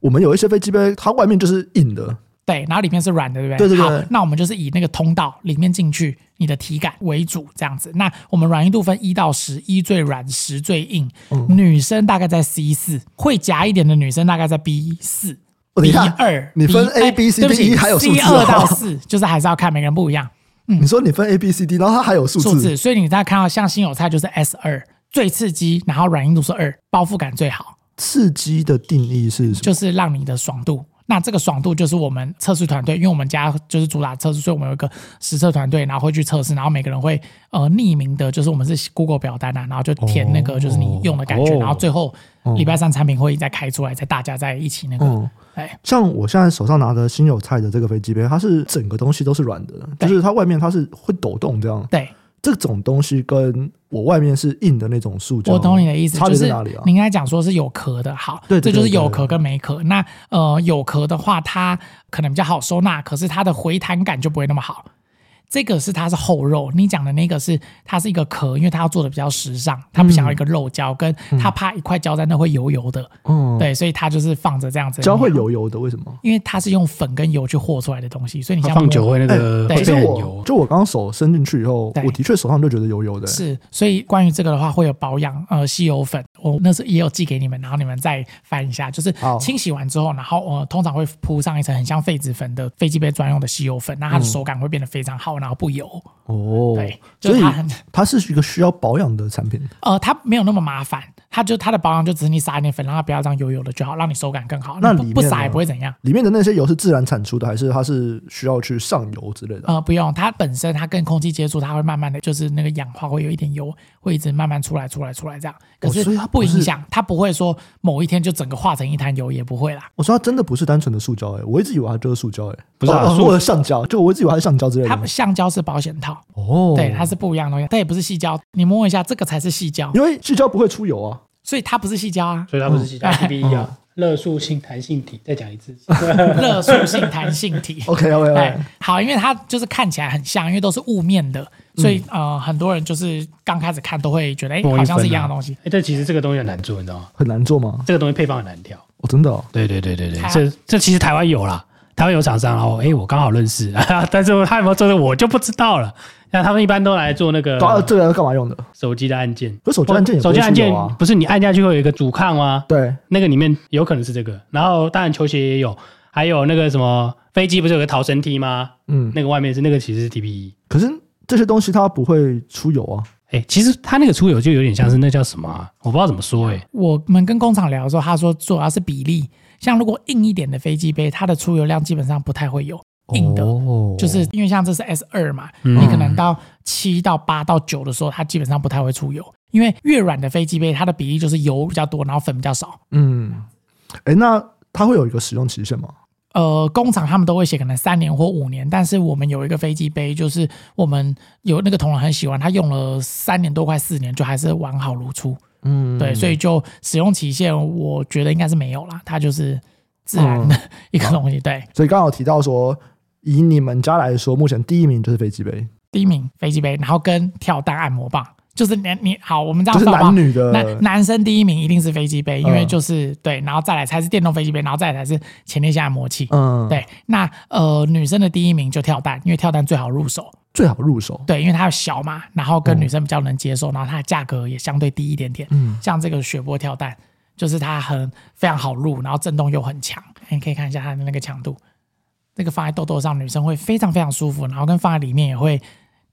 我们有一些飞机杯，它外面就是硬的，
对，然后里面是软的，对不
对
对？
对对
好，那我们就是以那个通道里面进去，你的体感为主，这样子。那我们软硬度分一到十，一最软，十最硬。
嗯
女生大概在 C 四，会夹一点的女生大概在 B 四、
哦等一
B
下
二。
你分
B- 哎
A B C
对不
D
起
E 还有数
C
字
二
哦
到四，就是还是要看每个人不一样
你说你分 A B C D，然后它还有数字，
数字。所以你大家看到像新有菜就是 S 二最刺激，然后软硬度是二，包覆感最好。
刺激的定义是什么？
就是让你的爽度。那这个爽度就是我们测试团队，因为我们家就是主打测试，所以我们有一个实测团队，然后会去测试，然后每个人会呃匿名的，就是我们是 Google 表单啊，然后就填那个就是你用的感觉，
哦
然后最后礼拜三产品会议再开出来，再大家在一起那个，
嗯，
哎、
像我现在手上拿的新有菜的这个飞机杯，它是整个东西都是软的，就
对
是它外面它是会抖动这样。
对，
这种东西跟我外面是硬的那种塑胶，
我懂你的意思，
差
就
别
是
在哪里啊？
你应该讲说是有壳的，好，
对对
这就是
对对
有壳跟没壳。那呃，有壳的话，它可能比较好收纳，可是它的回弹感就不会那么好。这个是它是厚肉，你讲的那个是它是一个壳，因为它要做的比较时尚，它不想要一个肉胶，跟它怕一块胶在那会油油的，
嗯，
对，所以它就是放着这样子。
胶会，油油的，为什么？
因为它是用粉跟油去和出来的东西，所以你
它
像
放
摸
久会那个
哎
会
可是
变很
我
油。
就我刚刚手伸进去以后，
对
我的确手上就觉得油油的、欸
是，所以关于这个的话，会有保养呃吸油粉，我那时候也有寄给你们，然后你们再翻一下，就是
好
清洗完之后，然后呃通常会铺上一层很像痱子粉的飞机杯专用的吸油粉，那它的手感会变得非常好，然后不油。
哦
对，就
所
是
以
它很
它是一个需要保养的产品。
呃它没有那么麻烦，它就它的保养就只是你撒一点粉，让它不要这样油油的就好，让你手感更好。
那
你
里
不不
面
撒也
呢
不会怎样。
里面的那些油是自然产出的，还是它是需要去上油之类的？
呃，不用，它本身它跟空气接触，它会慢慢的就是那个氧化会有一点油，会一直慢慢出来出来出来这样。可
哦
是
所以它
不
不
影
是
响，它不会说某一天就整个化成一滩油，也不会啦。
我说它真的不是单纯的塑胶哎、我一直以为它就是塑胶哎、
不是啊
哦哦
塑。
或者橡胶，就我一直以为它是橡胶之类的
它。橡胶是保险套，
哦，
对，它是不一样的东西，它也不是细胶。你摸一下，这个才是细胶，
因为塑胶不会出油啊。
所以它不是细胶 啊
所以它不是其他 T B 一啊，热塑性弹性体。再讲一 次，
热塑性弹性 体。
OK OK
哎
OK，，
好，因为它就是看起来很像，因为都是雾面的，
嗯
所以、呃，很多人就是刚开始看都会觉得，哎、
摸一
好像是
分
一样
啊
的东西。
哎，但其实这个东西很难做，你知道吗？
很难做吗？
这个东西配方很难调。
哦，真的、哦，
对对对对对
台，湾
这这其实台湾有啦，台湾有厂商，然后哎，我刚好认识， 但是他有没有做这个我就不知道了。那他们一般都来做那个
对啊，这个要干嘛用的？
手机的按键，
可是手机按键也不
手
会
机按
出
键
油啊。
不是你按下去会有一个阻抗吗？
对，
那个里面有可能是这个，然后当然球鞋也有，还有那个什么飞机不是有个逃生梯吗？
嗯，
那个外面是那个其实是 E TPE，
可是这些东西它不会出油啊。
哎、其实它那个出油就有点像是那叫什么、啊，我不知道怎么说哎、
我们跟工厂聊的时候，他说主要是比例，像如果硬一点的飞机杯，它的出油量基本上不太会有硬的。
哦
就是因为像这是 S 二嘛，
嗯
你可能到七到八到九的时候，它基本上不太会出油，因为越软的飞机杯，它的比例就是油比较多，然后粉比较少。
嗯，哎，那它会有一个使用期限吗？
呃，工厂他们都会写可能三年或五年，但是我们有一个飞机杯，就是我们有那个同仁很喜欢，他用了三年多快四年，就还是完好如初。
嗯，
对，所以就使用期限，我觉得应该是没有啦，它就是自然
嗯
的 一个东西。对，
所以刚好提到说，以你们家来说，目前第一名就是飞机杯，
第一名飞机杯，然后跟跳蛋按摩棒，就是你你好，我们这
就
样
是
算吧
男。女的。
男男生第一名一定是飞机杯，因为
嗯
就是、对，然后再来才是电动飞机杯，然后再来才是前列腺按摩器。
嗯，，
对，那呃，女生的第一名就跳蛋，因为跳蛋最好入手，
最好入手。
对，因为它小嘛，然后
哦
跟女生比较能接受，然后它的价格也相对低一点点。
嗯，
像这个雪波跳蛋，就是它很非常好入，然后震动又很强，你可以看一下它的那个强度，那个放在痘痘上，女生会非常非常舒服，然后跟放在里面也会，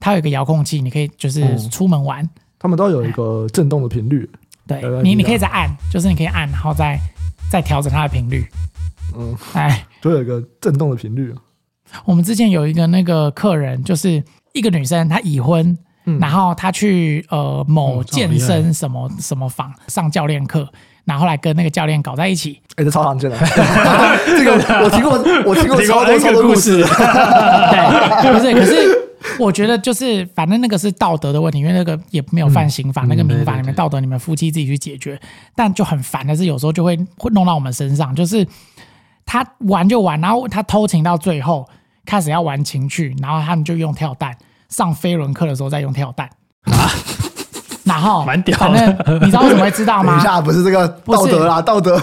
它有一个遥控器，你可以就是
哦
出门玩，
他们都有一个震动的频率。
对
大概
你，
是
你
这
可以
样
再按，就是你可以按，然后再再调整它的频率。
嗯，
哎，
就有一个震动的频率。
我们之前有一个那个客人，就是一个女生，她已婚，
嗯
然后他去呃某
哦这好
健
厉害
身什么什么房上教练课，然后后来跟那个教练搞在一起，
哎，这超常见 的，这个
啊
我我听过，我听过
听过
超多
N
超
个
多
故
故事的。
对，不是，可是我觉得就是，反正那个是道德的问题，因为那个也没有犯刑法，那个民法
嗯对对
里面
对
道德你们夫妻自己去解决，但就很烦的是，有时候就会会弄到我们身上，就是他玩就玩，然后他偷情到最后开始要玩情趣，然后他们就用跳蛋，上飞轮课的时候再用跳蛋啊，然后
蛮屌的
反正你知道为什么会知 道
等一
吗？
下，不是这个道德啦，道德，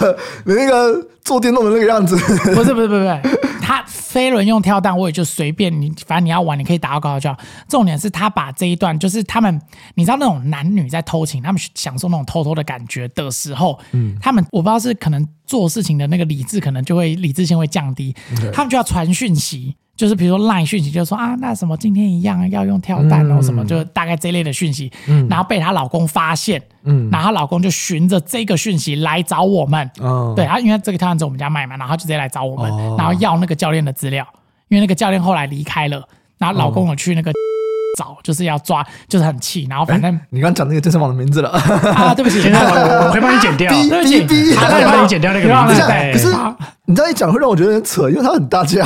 你那个坐电动的那个样子，
不是不是不是不是，他飞轮用跳蛋，我也就随便你，反正你要玩，你可以打到高高就好。重点是他把这一段，就是他们，你知道那种男女在偷情，他们享受那种偷偷的感觉的时候，嗯，他们我不知道是可能做事情的那个理智可能就会理智性会降低，
嗯
他们就要传讯息。就是比如说赖讯息，就说啊，那什么今天一样要用跳蛋哦，
嗯
什么就大概这类的讯息，然后被她老公发现，
嗯
然后她老公就循着这个讯息来找我们，
嗯，
对，他因为这个跳蛋只有我们家卖嘛，然后他就直接来找我们，
哦
然后要那个教练的资料，因为那个教练后来离开了，然后老
哦
公有去那个、找，就是要抓，就是很气，然后反正、
你刚讲那个健身房的名字了，
啊， 对不起，
现在 我我会帮你剪掉，
逼
对
逼
不起
哎逼，
好
啊
那
对
你
不起
帮你剪掉那个
不要
名
字
了对
可是
啊
你这样一讲会让我觉得很扯，因 为它很大家，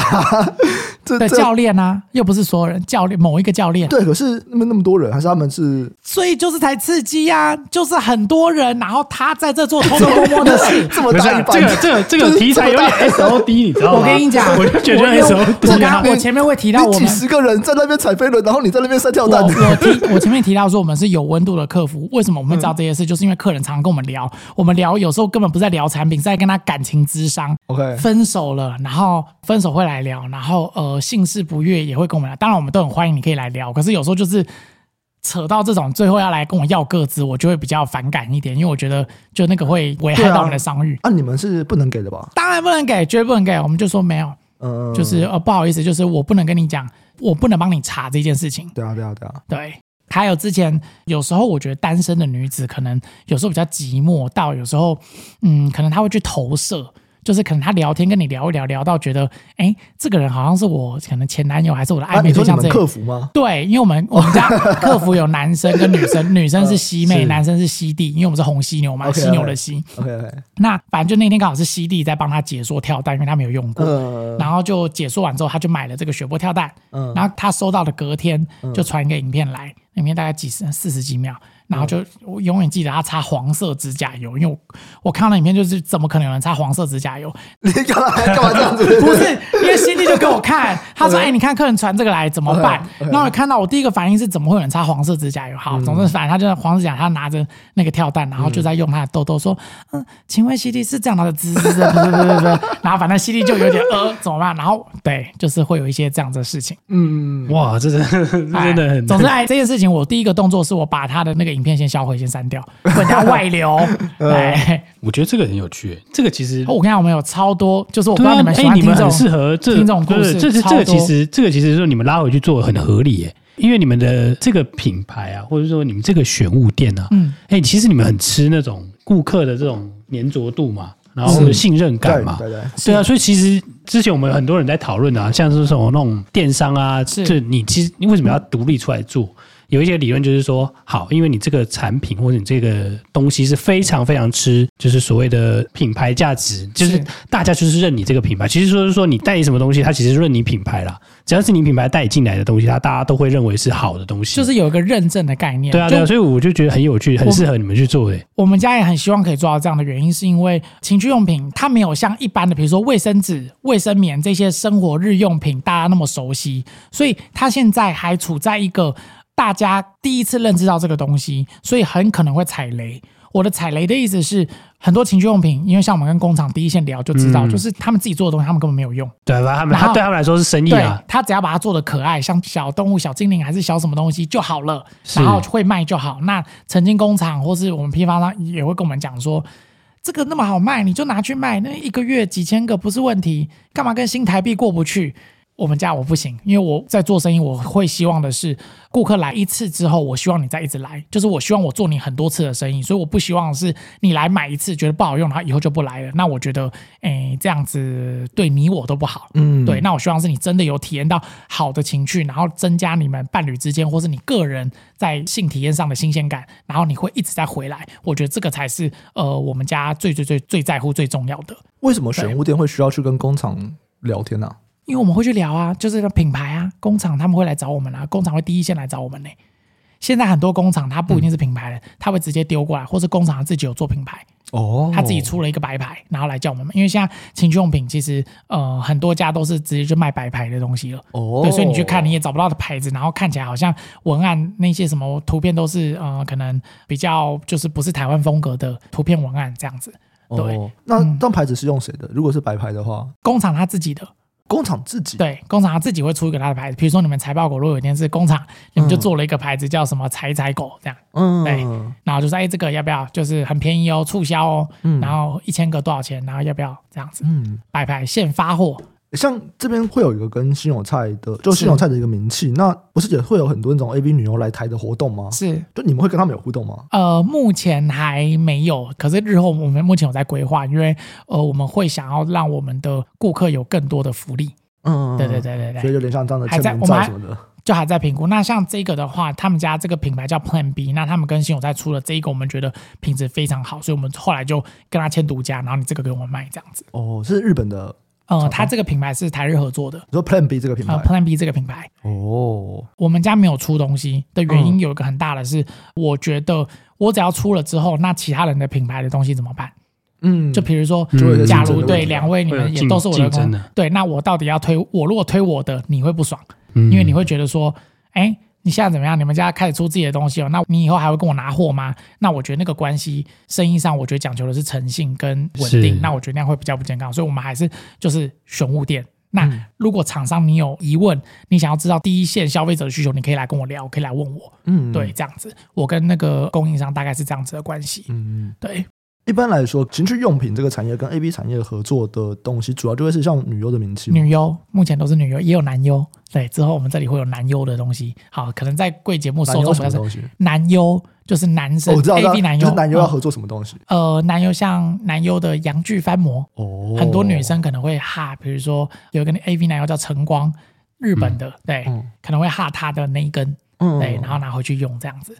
这
的
这
教练啊，又不是所有人，教练某一个教练，
对，可是那么那么多人，还是他们是。
所以就是才刺激呀、啊，就是很多人，然后他在 这做偷偷摸摸的事
这么
不是
大
啊
一班
这个，这个这个题材有点 S O D，你知道吗？
我
啊
跟你讲，
我就觉得
因为我
S O
我
D
刚
啊
刚。我前面会提到我
你
们
几十个人在那边踩飞轮，然后你在哦那边三跳
我
蛋，
我提我前面提到说我们是有温度的客服，为什么我们会知道
嗯
这些事？就是因为客人常常跟我们聊，我们聊有时候根本不是在聊产品，是在跟他感情智商。
OK
分手了，然后分手会来聊，然后呃性事不悦也会跟我们聊。当然我们都很欢迎你可以来聊，可是有时候就是。扯到这种最后要来跟我要个资，我就会比较反感一点，因为我觉得就那个会危害到你的商誉。
啊，你们是不能给的吧？
当然不能给，绝对不能给，我们就说没有，
嗯，
就是呃不好意思，就是我不能跟你讲，我不能帮你查这件事情。
对啊，对啊，对啊，
对，还有之前有时候我觉得单身的女子可能有时候比较寂寞，到有时候嗯，可能她会去投射。就是可能她聊天跟你聊一聊，聊到觉得，哎、这个人好像是我可能前男友还是我的
啊，
暧昧
你说
对
你
象
们
这类、
客服吗？
对，因为我们我 们家客服有男生跟女生，女生是西妹，
是
男生是西弟，因为我们是红犀牛嘛，
啊 OK，
犀牛
OK
的犀。
OK OK，
那反正就那天刚好是西弟在帮他解说跳蛋，因为他没有用过。
嗯
然后就解说完之后，他就买了这个雪波跳蛋，
嗯
然后他收到的隔天就传一个影片来，影片大概几十四十几
嗯
秒，然后就我永远记得他擦黄色指甲油，因为我我看到影片就是怎么可能有人擦黄色指甲油？
你干嘛干嘛这样子？
不是，因为心弟就给我看，他说：“哎、你看客人传这个来怎么办？”
嗯
OK，OK
然后我看到我第一个反应是怎么会有人擦黄色指甲油？好，总之反正他就在黄色指甲，他拿着那个跳蛋，然后就在用他的痘痘说：“嗯，请问西弟是这样的滋滋滋滋滋 滋滋。”然后反正西弟就有点呃怎么办？然后对，就是会有一些这样子的事情。
嗯，
哇，这真的这真的
哎
很。
总之，哎，这件事情我第一个动作是我把他的那个影片先销毁，先删 掉，不然它外流。
嗯
哎，
我觉得这个很有趣，欸这个其实
我跟你讲，我们有超多，就是哦我不
对啊，
知道你们喜
哎，
欢
你
听
们
这
很
种
适合这
听这种故
不是
事
这是
超
这个其
多
实这个其实说你们拉回去做很合理耶，因为你们的这个品牌啊，或者说你们这个选物店啊，
嗯，
哎，其实你们很吃那种顾客的这种粘着度嘛，然后信任感
对
嘛，
对对，
对啊，所以其实之前我们很多人在讨论啊，像是什么那种电商啊，
是
就你其实你为什么要独立出来做？有一些理论就是说，好，因为你这个产品或者你这个东西是非常非常吃，就是所谓的品牌价值，就是
是
大家就是认你这个品牌。其实说是说你代理什么东西，它其实认你品牌啦。只要是你品牌代理进来的东西，它大家都会认为是好的东西。
就是有一个认证的概念。
对啊，对
就
啊，所以我就觉得很有趣，很适合你们去做欸的。
我们家也很希望可以做到这样的原因，是因为情趣用品它没有像一般的，比如说卫生纸、卫生棉这些生活日用品大家那么熟悉，所以它现在还处在一个大家第一次认知到这个东西，所以很可能会踩雷。我的踩雷的意思是，很多情趣用品，因为像我们跟工厂第一线聊就知道，
嗯
就是他们自己做的东西，他们根本没有用。
对啊，反正他们
然后
他对他们来说是生意
对
啊，
他只要把它做的可爱，像小动物、小精灵还是小什么东西就好了，
是
然后会卖就好。那曾经工厂或是我们批发商也会跟我们讲说，这个那么好卖，你就拿去卖，那一个月几千个不是问题，干嘛跟新台币过不去？我们家我不行，因为我在做生意，我会希望的是顾客来一次之后，我希望你再一直来，就是我希望我做你很多次的生意，所以我不希望是你来买一次觉得不好用，然后以后就不来了。那我觉得，诶、这样子对你我都不好。
嗯
对，那我希望是你真的有体验到好的情趣，然后增加你们伴侣之间或是你个人在性体验上的新鲜感，然后你会一直在回来。我觉得这个才是呃我们家最最最最在乎最重要的，
为什么选物店会需要去跟工厂聊天呢、
因为我们会去聊啊，就是品牌啊，工厂他们会来找我们啊，工厂会第一线来找我们呢、现在很多工厂它不一定是品牌的，他会直接丢过来，或是工厂自己有做品牌，
哦
他自己出了一个白牌，然后来叫我们买。因为现在情趣用品其实呃很多家都是直接就卖白牌的东西了。
哦，
对，所以你去看你也找不到的牌子，然后看起来好像文案那些什么图片都是呃，可能比较就是不是台湾风格的图片文案这样子。对嗯
哦，那那牌子是用谁的？如果是白牌的话，
工厂他自己的，
工厂自己
对，工厂他自己会出一个他的牌子，比如说你们财报狗，如果有一天是工厂，你们就做了一个牌子叫什么“财财狗”这样，
嗯
对，然后就说哎，这个要不要？就是很便宜哦，促销哦，然后一千个多少钱？然后要不要这样子？
嗯，
摆牌现发货，
像这边会有一个跟新友菜的，就新友菜的一个名气，那不是也会有很多那种 A V 女优来台的活动吗？
是
就你们会跟他们有互动吗？
呃，目前还没有，可是日后我们目前有在规划，因为呃，我们会想要让我们的顾客有更多的福利。
嗯，
对对，对对
所以
对，
有点像这样的签
还在
名
我们
照
还
什么的。
就还在评估。那像这个的话，他们家这个品牌叫 Plan B，那他们跟新友在出了这一个，我们觉得品质非常好，所以我们后来就跟他签独家，然后你这个给我们卖这样子。
哦，是日本的，
呃，他这个品牌是台日合作的，
你说 Plan B 这个品
呃
牌
，Plan B 这个品牌，
哦，
我们家没有出东西的原
嗯
因有一个很大的是，我觉得我只要出了之后，那其他人的品牌的东西怎么办？
嗯，
就比如说，
嗯就有一个
假
竞争
如
的问
对
题
两位你
会有
们也
竞
都是我的
竞争
公
的，
对，那我到底要推我如果推我的，你会不爽，
嗯
因为你会觉得说，哎，你现在怎么样？你们家开始出自己的东西哦，那你以后还会跟我拿货吗？那我觉得那个关系，生意上我觉得讲求的是诚信跟稳
是
定，那我觉得那样会比较不健康，所以我们还是就是选物店。那
嗯
如果厂商你有疑问，你想要知道第一线消费者的需求，你可以来跟我聊，可以来问我，
嗯，
对，这样子，我跟那个供应商大概是这样子的关系，
嗯，嗯。
对。
一般来说，情趣用品这个产业跟 A B 产业合作的东西，主要就会是像女优的名气嘛。
女优目前都是女优，也有男优。对，之后我们这里会有男优的东西。好，可能在贵节目
男
受
优
众
什么
比较少。
东西？
男优就是男
哦
生、
我知道，
A
知
B
道
男
就
优，
是男优要
嗯
合作什么东西？
呃，男优像男优的洋剧翻模，
哦，
嗯很多女生可能会哈，比如说有一个 A V 男优叫晨光，日本的，对，
嗯
可能会哈他的那一根，
嗯，
对，然后拿回去用这样子。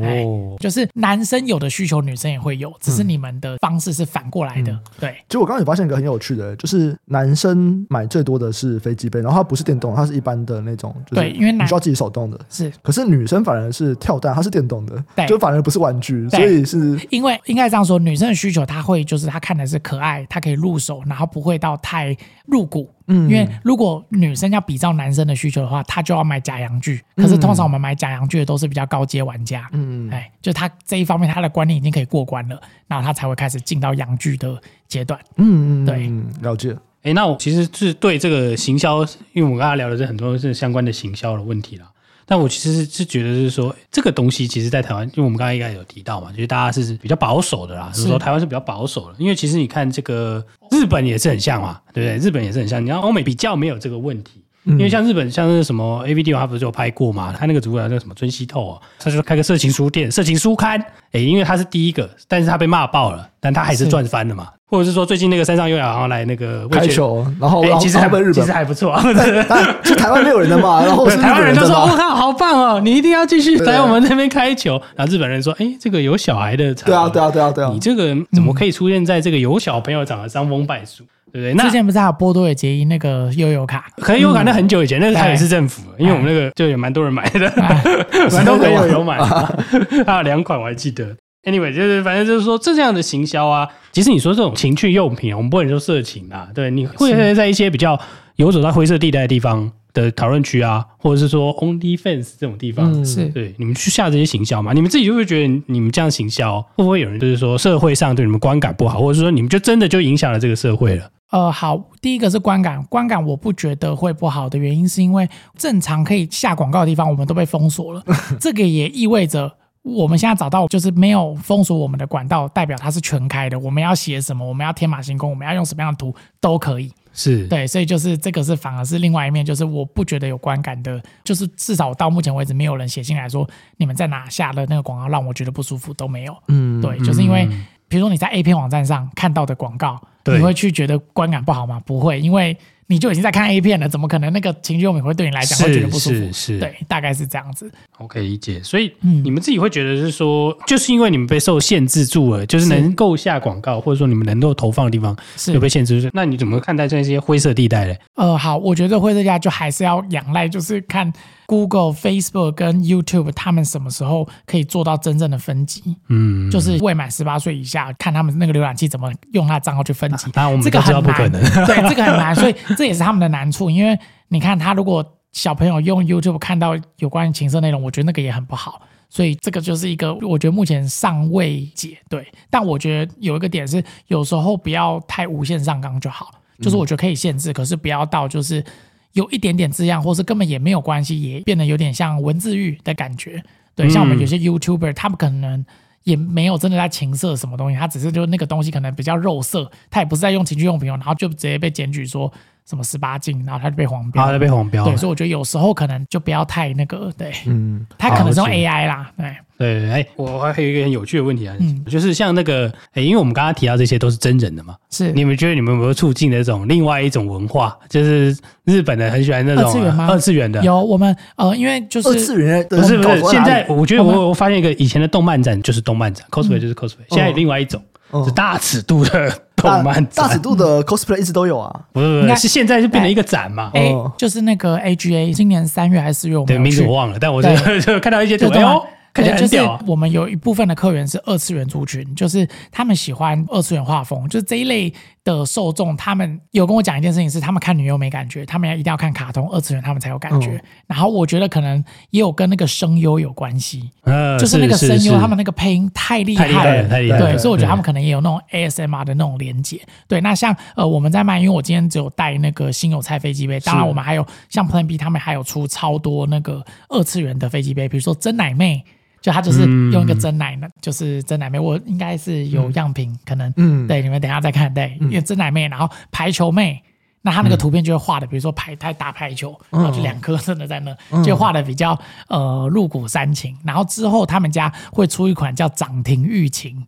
哎
哦，
就是男生有的需求，女生也会有，
嗯
只是你们的方式是反过来的，对。
其实我刚刚也发现一个很有趣的，就是男生买最多的是飞机杯，然后它不是电动，它是一般的那种，就是
对因为
你
男
需要自己手动的。
是
可是女生反而是跳蛋，它是电动的，
对
就反而不是玩具，
对
所以是
因为应该这样说，女生的需求她会就是她看的是可爱，她可以入手，然后不会到太入骨。
嗯
因为如果女生要比照男生的需求的话，她就要买假洋具。可是通常我们买假洋具的都是比较高阶玩家，
嗯
哎，就她这一方面她的观念已经可以过关了，然后她才会开始进到洋具的阶段。
嗯嗯，
对
嗯，了解。
哎、那我其实是对这个行销，因为我跟他聊的是很多是相关的行销的问题啦。但我其实是是觉得，就是说这个东西，其实，在台湾，因为我们刚刚一开始有提到嘛，就是大家是比较保守的啦，就是说台湾是比较保守的，因为其实你看这个日本也是很像嘛，对不对？日本也是很像，你看欧美比较没有这个问题，
嗯
因为像日本像是什么 A V D 他不是有拍过嘛，他那个主管叫什么尊熙透啊，他就开个色情书店、色情书刊，哎、因为他是第一个，但是他被骂爆了，但他还是
是
赚翻了嘛，或者是说最近那个山上优雅好像来那个
开
魏雪
球，然后
哎
然后
其实
然
还
后被日
其实
本，
还不错，对
但是台湾没有人的 嘛，然后是日
台湾
本
人就
的
说：“我
嘛，
靠，好棒哦！ 你一定要继续
对
来我们那边开球。”然后日本人说：“哎，这个有小孩的场
对啊对啊对啊对啊
你，这个怎么可以出现在这个有小朋友场的伤风败俗，对
嗯
不对？”那
之前不是还有波多野结衣那个悠游卡，
可能有感到很久以前，
嗯
那是台北
对
市政
哎
府，因为我们那个就有蛮多人买的，
真
蛮多
的
朋友
吗
有买， 还有两款我还记得。Anyway，就是反正就是说这样的行销啊，即使你说这种情趣用品，我们不能说色情啊，对，你会在一些比较游走到灰色地带的地方的讨论区啊，或者是说 OnlyFans 这种地方，
嗯
是
对，你们去下这些行销嘛？你们自己就会觉得你们这样行销，会不会有人就是说社会上对你们观感不好，或者是说你们就真的就影响了这个社会了？
呃，好，第一个是观感，观感我不觉得会不好的原因，是因为正常可以下广告的地方，我们都被封锁了，这个也意味着。我们现在找到就是没有封锁我们的管道，代表它是全开的。我们要写什么，我们要天马行空，我们要用什么样的图都可以。
是，
对，所以就是这个是反而是另外一面，就是我不觉得有观感的，就是至少到目前为止没有人写信来说你们在哪下了那个广告让我觉得不舒服都没有。
嗯，
对，就是因为比如说你在 A 片网站上看到的广告，
对
你会去觉得观感不好吗？不会，因为你就已经在看 A 片了，怎么可能那个情趣用品会对你来讲会觉
是
得不舒服
是？是，
对，大概是这样子。
我可以理解。所以
嗯
你们自己会觉得是说，就是因为你们被受限制住了，就是
是
能够下广告，或者说你们能够投放的地方
是
有被限制住，那你怎么看待这些灰色地带嘞？
呃，好，我觉得灰色家就还是要仰赖，就是看 Google、Facebook 跟 YouTube 他们什么时候可以做到真正的分级，
嗯，
就是未满十八岁以下，看他们那个浏览器怎么用他的账号去分级。
当然我们
这
都
个
知
很
道
难，
不可能，
对，这个很难，所以这也是他们的难处。因为你看，他如果小朋友用 YouTube 看到有关于情色内容，我觉得那个也很不好。所以这个就是一个，我觉得目前尚未解对。但我觉得有一个点是，有时候不要太无限上纲就好，
嗯
就是我觉得可以限制，可是不要到就是有一点点字样，或是根本也没有关系，也变得有点像文字狱的感觉。对，像我
嗯
们有些 YouTuber，他们可能也没有真的在情色什么东西，他只是就那个东西可能比较肉色，他也不是在用情趣用品哦，然后就直接被检举说什么十八禁，然后他就被黄标。
然后被黄标
对，
了。
所以我觉得有时候可能就不要太那个，对，
嗯，
他可能是用
好我知
AI 啦，对，
对对，对哎，我还有一个很有趣的问题啊，
嗯
就是像那个，哎，因为我们刚刚提到这些都是真人的嘛，
是
你们觉得你们有没有促进那种另外一种文化？就是日本的很喜欢那种
二次元吗
二次元的，
有我们呃，因为就
二
是
次元
不是不是，现在我觉得
我们
我我发现一个以前的动漫展就是动漫展，cosplay
嗯
就是
哦
cosplay，现在有另外一种
嗯
是大尺度的
大
动漫
大尺
展，
度 的 cosplay 一直都有啊，
不是
应
不
该
是，是现在就变成一个展嘛？
A
哦
就是那个 AGA，今年三月还是四月我们
对，
有
名字
去
我忘了，但我就 就看到一些图，
哎对
哎
对
呦，看起来
对，就
很
是
屌啊，
我们有一部分的客源是二次元族群，就是他们喜欢二次元画风，就是这一类的受众，他们有跟我讲一件事情是，他们看女优没感觉，他们要一定要看卡通二次元，他们才有感觉。
嗯
然后我觉得可能也有跟那个声优有关系，
嗯，
就是那个声
是
优他们那个配音太厉
太厉害
害
了，太厉害了，
对，所以我觉得他们可能也有那种 ASMR 的那种连接。对，那像呃我们在卖，因为我今天只有带那个新有菜飞机杯，当然我们还有像 Plan B 他们还有出超多那个二次元的飞机杯，比如说真奶妹。就他就是
嗯
用一个真奶呢，就是真奶妹，我应该是有样品，可能，
嗯
对，你们等一下再看，对，因为真奶妹，然后排球妹，那他
嗯
那个图片就会画的，比如说排他打排球，然后就两颗真的在那，
嗯
就画的比较呃露骨煽情。然后之后他们家会出一款叫涨停预
嗯
情，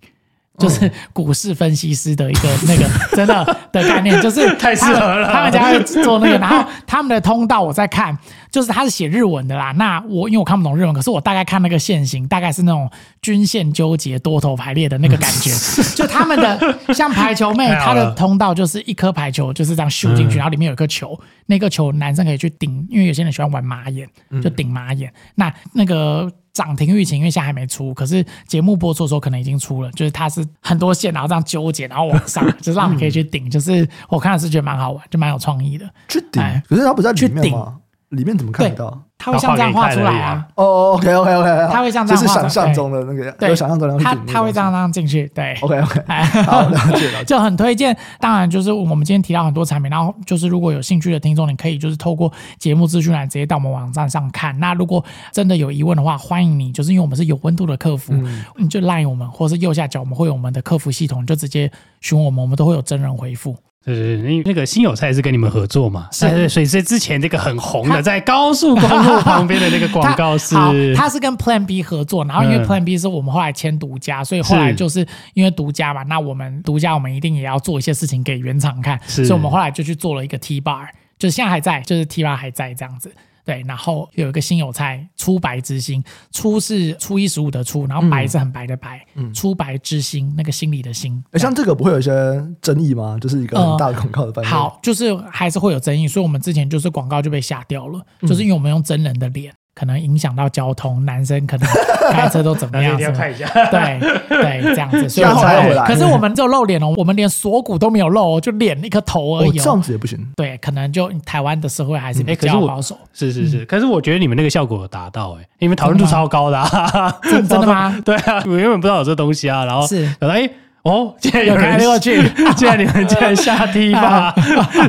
就是股市分析师的一个 那个真的的概念，就是
太适
他们
合了
他们家会做那个，然后他们的通道我在看，就是他是写日文的啦。那我因为我看不懂日文，可是我大概看那个线型，大概是那种均线纠结、多头排列的那个感 觉。就他们的像排球妹，
太好
她
了
的通道就是一颗排球就是这样咻
嗯
进去，然后里面有一颗球，那颗球男生可以去顶，因为有些人喜欢玩马眼，
嗯
就顶马眼。那那个涨停预警，因为现在还没出，可是节目播出的时候可能已经出了，就是它是很多线，然后这样纠结，然后往上，就是让你可以去顶。就是我看了是觉得蛮好玩，就蛮有创意的。
去顶
哎，
可是它不在里面
去
吗？里面怎么看得到？
它会像这样画出来啊，
哦，OK OK OK，
它会像这
这
样
是
画
想象中的那个，
对，
有想象中的
它它会这样这样进去，对。
OK OK，
哎
好了解 了解，
就很推荐。当然，就是我们今天提到很多产品，然后就是如果有兴趣的听众，你可以就是透过节目资讯栏直接到我们网站上看。那如果真的有疑问的话，欢迎你，就是因为我们是有温度的客服，你就 line 我们，或是右下角我们会有我们的客服系统，你就直接询问我们，我们都会有真人回复。
对对对，因为那个新友菜是跟你们合作嘛，
是
对对，所以是之前那个很红
他
的，在高速公路旁边的那个广告是，
它好它是跟 Plan B 合作，然后因为
嗯
Plan B 是我们后来签独家，所以后来就是因为独家嘛，
嗯
那我们独家我们一定也要做一些事情给原厂看，所
是
以我们后来就去做了一个 T bar，就是现在还在，就是 T bar 还在这样子。对，然后有一个新有菜初白之心，初是初一十五的初，然后白
嗯
是很白的白，初白之心那个心里的心，
哎像这个不会有一些争议吗？就是一个很大的广告的版面。
好，就是还是会有争议，所以我们之前就是广告就被下掉了，就是因为我们用真人的脸，可能影响到交通，男生可能开车都怎 么
大家一
样
定要
什么，
看一下。
对对，这样子，所以
下
后
次还要回来
可是我们只有露脸哦，我们连锁骨都没有露哦，就脸一颗头而
哦，
已、
这
哦
样。子也不行。
对，可能就台湾的社会还是比
哎可是
较
我
保守，
是是
嗯
是，可是我觉得你们那个效果有达到哎、你们讨论度超高的、啊，
真的吗
对啊，我原本不知道有这东西啊，然后
是
然后哎，哦，竟然有人
有开六句，
竟然你们竟然下踢 吧，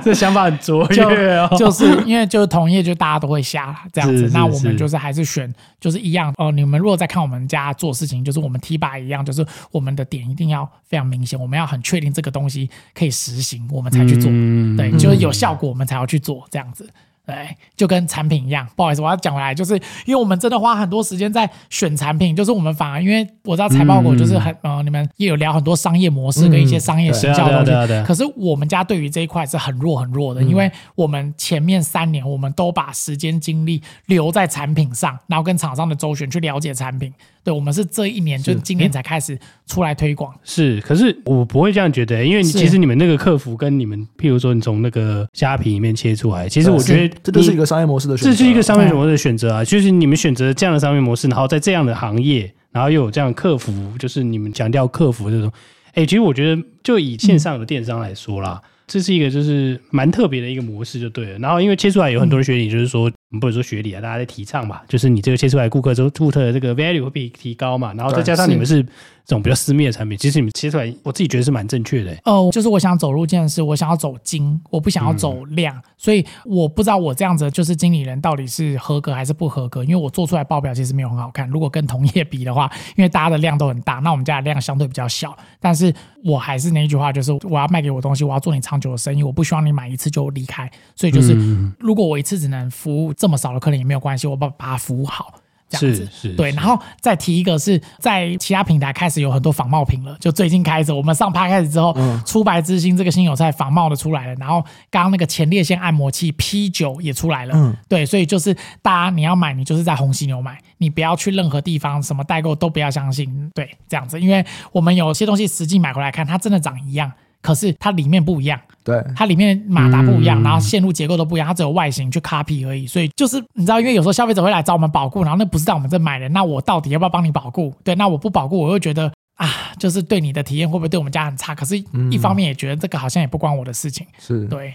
这想法很卓
就
越哦。
就是因为就是同业就大家都会下啦这样子，
是是
那我们
是
就是还是选就是一样哦、你们如果在看我们家做事情，就是我们 T 吧一样，就是我们的点一定要非常明显，我们要很确定这个东西可以实行，我们才去做。
嗯
对，就是有效果我们才要去做这样子。对，就跟产品一样，不好意思，我要讲回来，就是因为我们真的花很多时间在选产品，就是我们反而因为我知道财报
嗯
狗就是很、呃，你们也有聊很多商业模式跟一些商业行销
对啊对啊
的东
对啊对嗯啊
西，可是我们家对于这一块是很弱很弱的，因为我们前面三年我们都把时间精力留在产品上，然后跟厂商的周旋去了解产品，对我们是这一年就是
是
嗯
今年才开始出来推广，
是，可是我不会这样觉得、因为你
是
其实你们那个客服跟你们，譬如说你从那个虾皮里面切出来，其实我觉得
这就是一
你
个商业模式的选择
这
啊，
是一个商业
对
模式的选择啊，就是你们选择这样的商业模式，然后在这样的行业，然后又有这样的客服，就是你们强调客服这种。哎、其实我觉得，就以线上的电商来说啦，这是一个就是蛮特别的一个模式，就对了。然后因为切出来有很多的学理，就是说，不能说学理啊，大家在提倡吧，就是你这个切出来的顾客之后，顾客的这个 value 会被提高嘛，然后再
对
加上
是
你们是这种比较私密的产品，其实你们切出来，我自己觉得是蛮正确的、欸。
呃，就是我想走入健身，我想要走精，我不想要走量，所以我不知道我这样子就是经理人到底是合格还是不合格，因为我做出来报表其实没有很好看。如果跟同业比的话，因为大家的量都很大，那我们家的量相对比较小，但是我还是那一句话，就是我要卖给我的东西，我要做你长久的生意，我不希望你买一次就离开。所以就是，如果我一次只能服务这么少的客人也没有关系，我把把它服务好。这样子
是是
对，
是
然后再提一个是在其他平台开始有很多仿冒品了，就最近开始我们上趴开始之后，
嗯
出白之星这个新有菜仿冒的出来了，然后刚刚那个前列腺按摩器 P 九也出来了，
嗯
对，所以就是大家你要买，你就是在红犀牛买，你不要去任何地方什么代购都不要相信，对，这样子，因为我们有些东西实际买回来看，它真的长一样，可是它里面不一样，
对，
它里面马达不一样，
嗯
然后线路结构都不一样，它只有外形去 copy 而已。所以就是你知道，因为有时候消费者会来找我们保固，然后那不是在我们这买的，那我到底要不要帮你保固？对，那我不保固，我又觉得啊，就是对你的体验会不会对我们家很
嗯
差？可是，一方面也觉得这个好像也不关我的事情，
是，
对，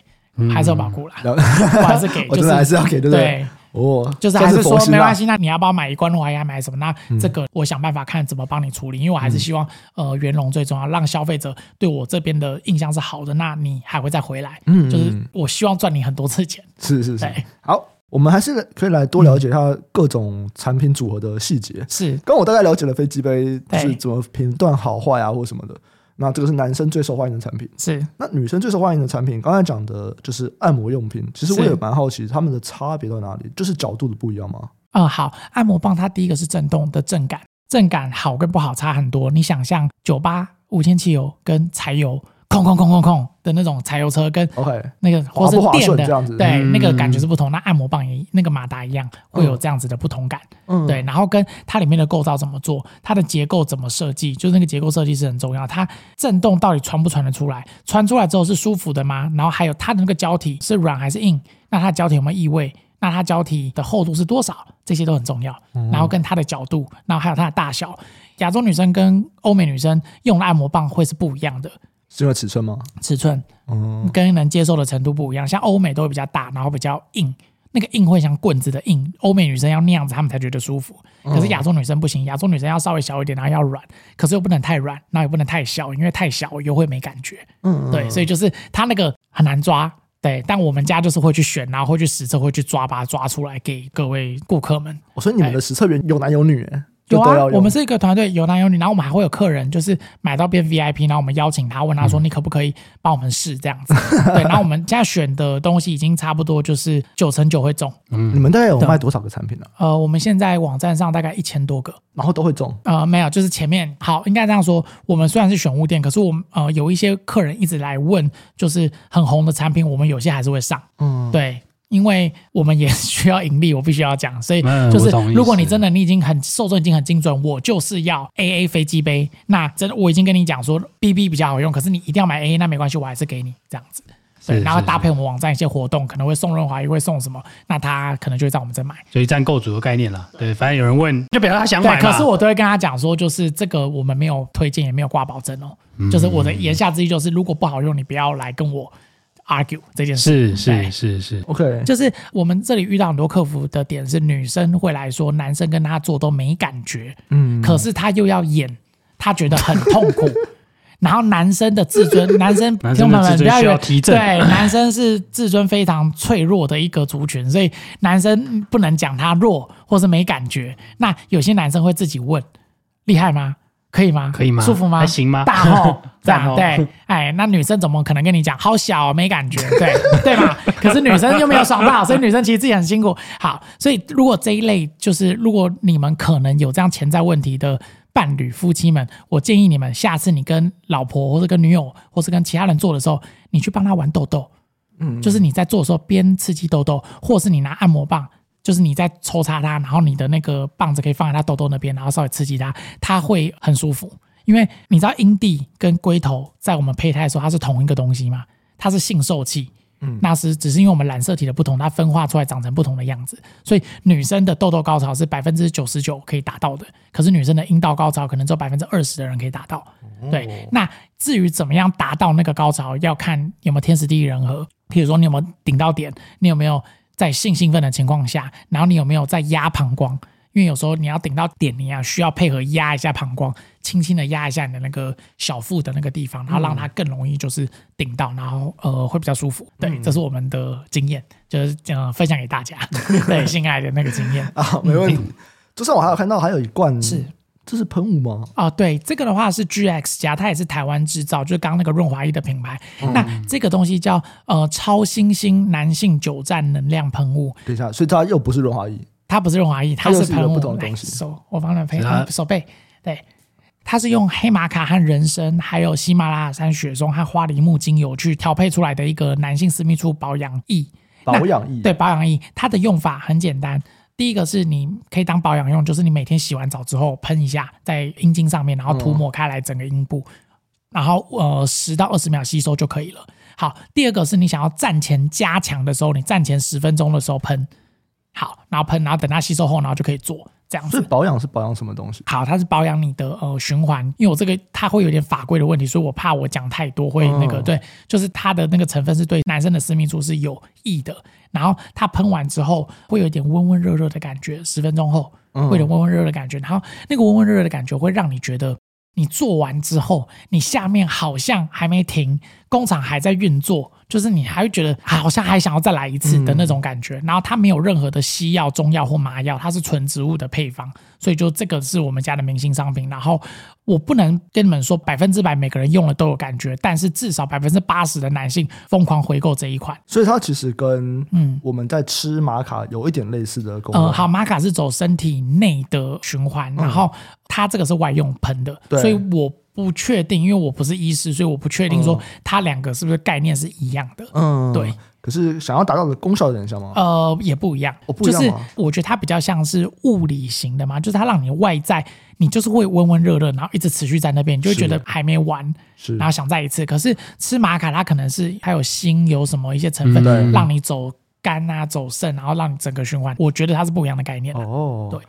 还是要保
嗯
固啦，
了
我还是给，
嗯 我哦真
就是
的还是要给，对不对
对？
哦，
就是
算
还是说
佛系
没
啦嗯
关系，那你要不要买一罐诺还亚买什么？那这个我想办法看怎么帮你处理，因为我还是希望呃圆融最重要，让消费者对我这边的印象是好的，那你还会再回来，
嗯嗯
就是我希望赚你很多次钱，
是是是
对，
好，我们还是可以来多了解一下各种产品组合的细节。
是
刚我大概了解了飞机杯就是
对
怎么评断好坏啊，或什么的。那这个是男生最受欢迎的产品，
是，
那女生最受欢迎的产品，刚才讲的就是按摩用品。其实我
是
也蛮好奇，他们的差别在哪里？就是角度的不一样吗？
嗯，好，按摩棒它第一个是震动的震感，震感好跟不好差很多。你想象酒吧五千汽油跟柴油，空空空空空的那种柴油车跟
OK，
那个
滑
或
不
是
哦滑
电
顺
的，
这样子
对、
嗯
那个感觉是不同。那按摩棒也那个马达一样，会有这样子的不同感。
嗯，
对，然后跟它里面的构造怎么做，它的结构怎么设计，就是那个结构设计是很重要。它震动到底传不传得出来？传出来之后是舒服的吗？然后还有它的那个胶体是软还是硬？那它的胶体有没有异味？那它胶体的厚度是多少？这些都很重要。然后跟它的角度，然后还有它的大小。亚洲女生跟欧美女生用的按摩棒会是不一样的
是因为尺寸吗？
尺寸，
嗯，
跟能接受的程度不一样。像欧美都会比较大，然后比较硬，那个硬会像棍子的硬。欧美女生要那样子，她们才觉得舒服。
嗯
可是亚洲女生不行，亚洲女生要稍微小一点，然后要软，可是又不能太软，然后也不能太小，因为太小又会没感觉。
嗯
对，所以就是它那个很难抓。对，但我们家就是会去选，然后会去实测，会去抓，把它抓出来给各位顾客们。
我哦说你们的实测员有男有女、欸，就
有
都
啊
要，用
我们是一个团队，有男有女，然后我们还会有客人，就是买到变 VIP，然后我们邀请他，问他说你可不可以帮我们试这样子？
嗯
对，然后我们现在选的东西已经差不多，就是九成九会中。
你们大概有卖多少个产品呢、
呃，我们现在网站上大概一千多个，
然后都会中，
呃，没有，就是前面好，应该这样说，我们虽然是选物店，可是我们呃有一些客人一直来问，就是很红的产品，我们有些还是会上。
嗯，
对，因为我们也 需要盈利，我必须要讲，所以
嗯
就
我
是
懂意思
如果你真的你已经很受众已经很精准，我就是要 A A 飞机杯，那真的我已经跟你讲说 B B 比较好用，可是你一定要买 A A，那没关系，我还是给你这样子。对，
是
然后
是
搭配我们网站一些活动，可能会送润滑液，会送什么，那他可能就会在我们这买。
所以站购组的概念啦，对，反正有人问，就表达他想
对，
买嘛。
可是我都会跟他讲说，就是这个我们没有推荐，也没有挂保证哦。
嗯
就是我的言下之意就是，如果不好用，你不要来跟我 argue 这件事。
是
对
是是是，
，OK，
就是我们这里遇到很多客服的点是，女生会来说，男生跟她做都没感觉，
嗯，
可是她又要演，她觉得很痛苦。然后男生的自尊，男生
男
听
生
众
的
朋友们
自尊
不要以
需要
为
提振
对，男生是自尊非常脆弱的一个族群，所以男生不能讲他弱或是没感觉。那有些男生会自己问：厉害吗？可以吗？
可以吗
舒服吗？
还行吗
大吼这
大
样
吼
对，哎，那女生怎么可能跟你讲好小哦、没感觉？对对嘛？可是女生又没有爽到，所以女生其实自己很辛苦。好，所以如果这一类就是如果你们可能有这样潜在问题的。伴侣夫妻们，我建议你们下次你跟老婆或者跟女友或是跟其他人做的时候，你去帮她玩痘痘，
嗯，
就是你在做的时候边刺激痘痘，或是你拿按摩棒，就是你在抽插它，然后你的那个棒子可以放在它痘痘那边，然后稍微刺激它，它会很舒服。因为你知道阴蒂跟龟头在我们胚胎的时候它是同一个东西嘛，它是性受器。
嗯
那是只是因为我们染色体的不同，它分化出来长成不同的样子，所以女生的痘痘高潮是百分之九十九可以达到的，可是女生的阴道高潮可能只有百分之二十的人可以达到。对，那至于怎么样达到那个高潮，要看有没有天时地利人和。譬如说，你有没有顶到点，你有没有在性兴奋的情况下，然后你有没有在压膀胱？因为有时候你要顶到点，你要需要配合压一下膀胱，轻轻的压一下你的那个小腹的那个地方，然后让它更容易就是顶到，然后呃会比较舒服。对，这是我们的经验，就是呃分享给大家 对性爱的那个经验。
啊，没问题。就算我还有看到还有一罐
嗯是，
这是喷雾吗？
哦，对，这个的话是 GX 加，它也是台湾制造，就是刚刚那个润滑液的品牌。那这个东西叫呃超新星男性久站能量喷雾，
等一下，所以它又不是润滑液，
它不是润滑液，
它
它
又是一个
喷雾。
不同的东
来
西
手，我帮你配
是它
嗯手背，对。它是用黑玛卡和人参，还有喜马拉雅山雪松和花梨木精油去调配出来的一个男性私密处保养液。
保养液。
对，保养液，它的用法很简单。第一个是你可以当保养用，就是你每天洗完澡之后喷一下在阴茎上面，然后涂抹开来整个阴部，然后呃十到二十秒吸收就可以了。好，第二个是你想要站前加强的时候，你站前十分钟的时候喷，好，然后喷，然后等它吸收后，然后就可以做这样子
所以。保养是保养什么东西？
好，它是保养你的呃循环，因为我这个它会有点法规的问题，所以我怕我讲太多会那个、
嗯
对，就是它的那个成分是对男生的私密处是有益的。然后它喷完之后会有一点温温热热的感觉，十分钟后会有点温温热热的感觉，然后那个温温热热的感觉会让你觉得你做完之后，你下面好像还没停，工厂还在运作，就是你还会觉得好像还想要再来一次的那种感觉。然后它没有任何的西药、中药或麻药，它是纯植物的配方，所以就这个是我们家的明星商品。然后我不能跟你们说百分之百每个人用了都有感觉，但是至少百分之八十的男性疯狂回购这一款。
所以它其实跟
嗯
我们在吃玛卡有一点类似的功
呃，
能。
好，玛卡是走身体内的循环，然后它这个是外用喷的，
嗯对
所以我不确定，因为我不是医师，所以我不确定说它两个是不是概念是一样的。
嗯，
对。
可是想要达到的功效有点像吗？
呃，也不一样，
哦不一
就
样
是
吗
我觉得它比较像是物理型的嘛，就是它让你外在，你就是会温温热热，然后一直持续在那边，你就会
是
觉得还没完，
是
然后想再一次。可是吃玛卡，它可能是还有锌，有什么一些成分，
嗯
让你走肝啊，走肾，然后让你整个循环。我觉得它是不一样的概念啊、
哦，
对，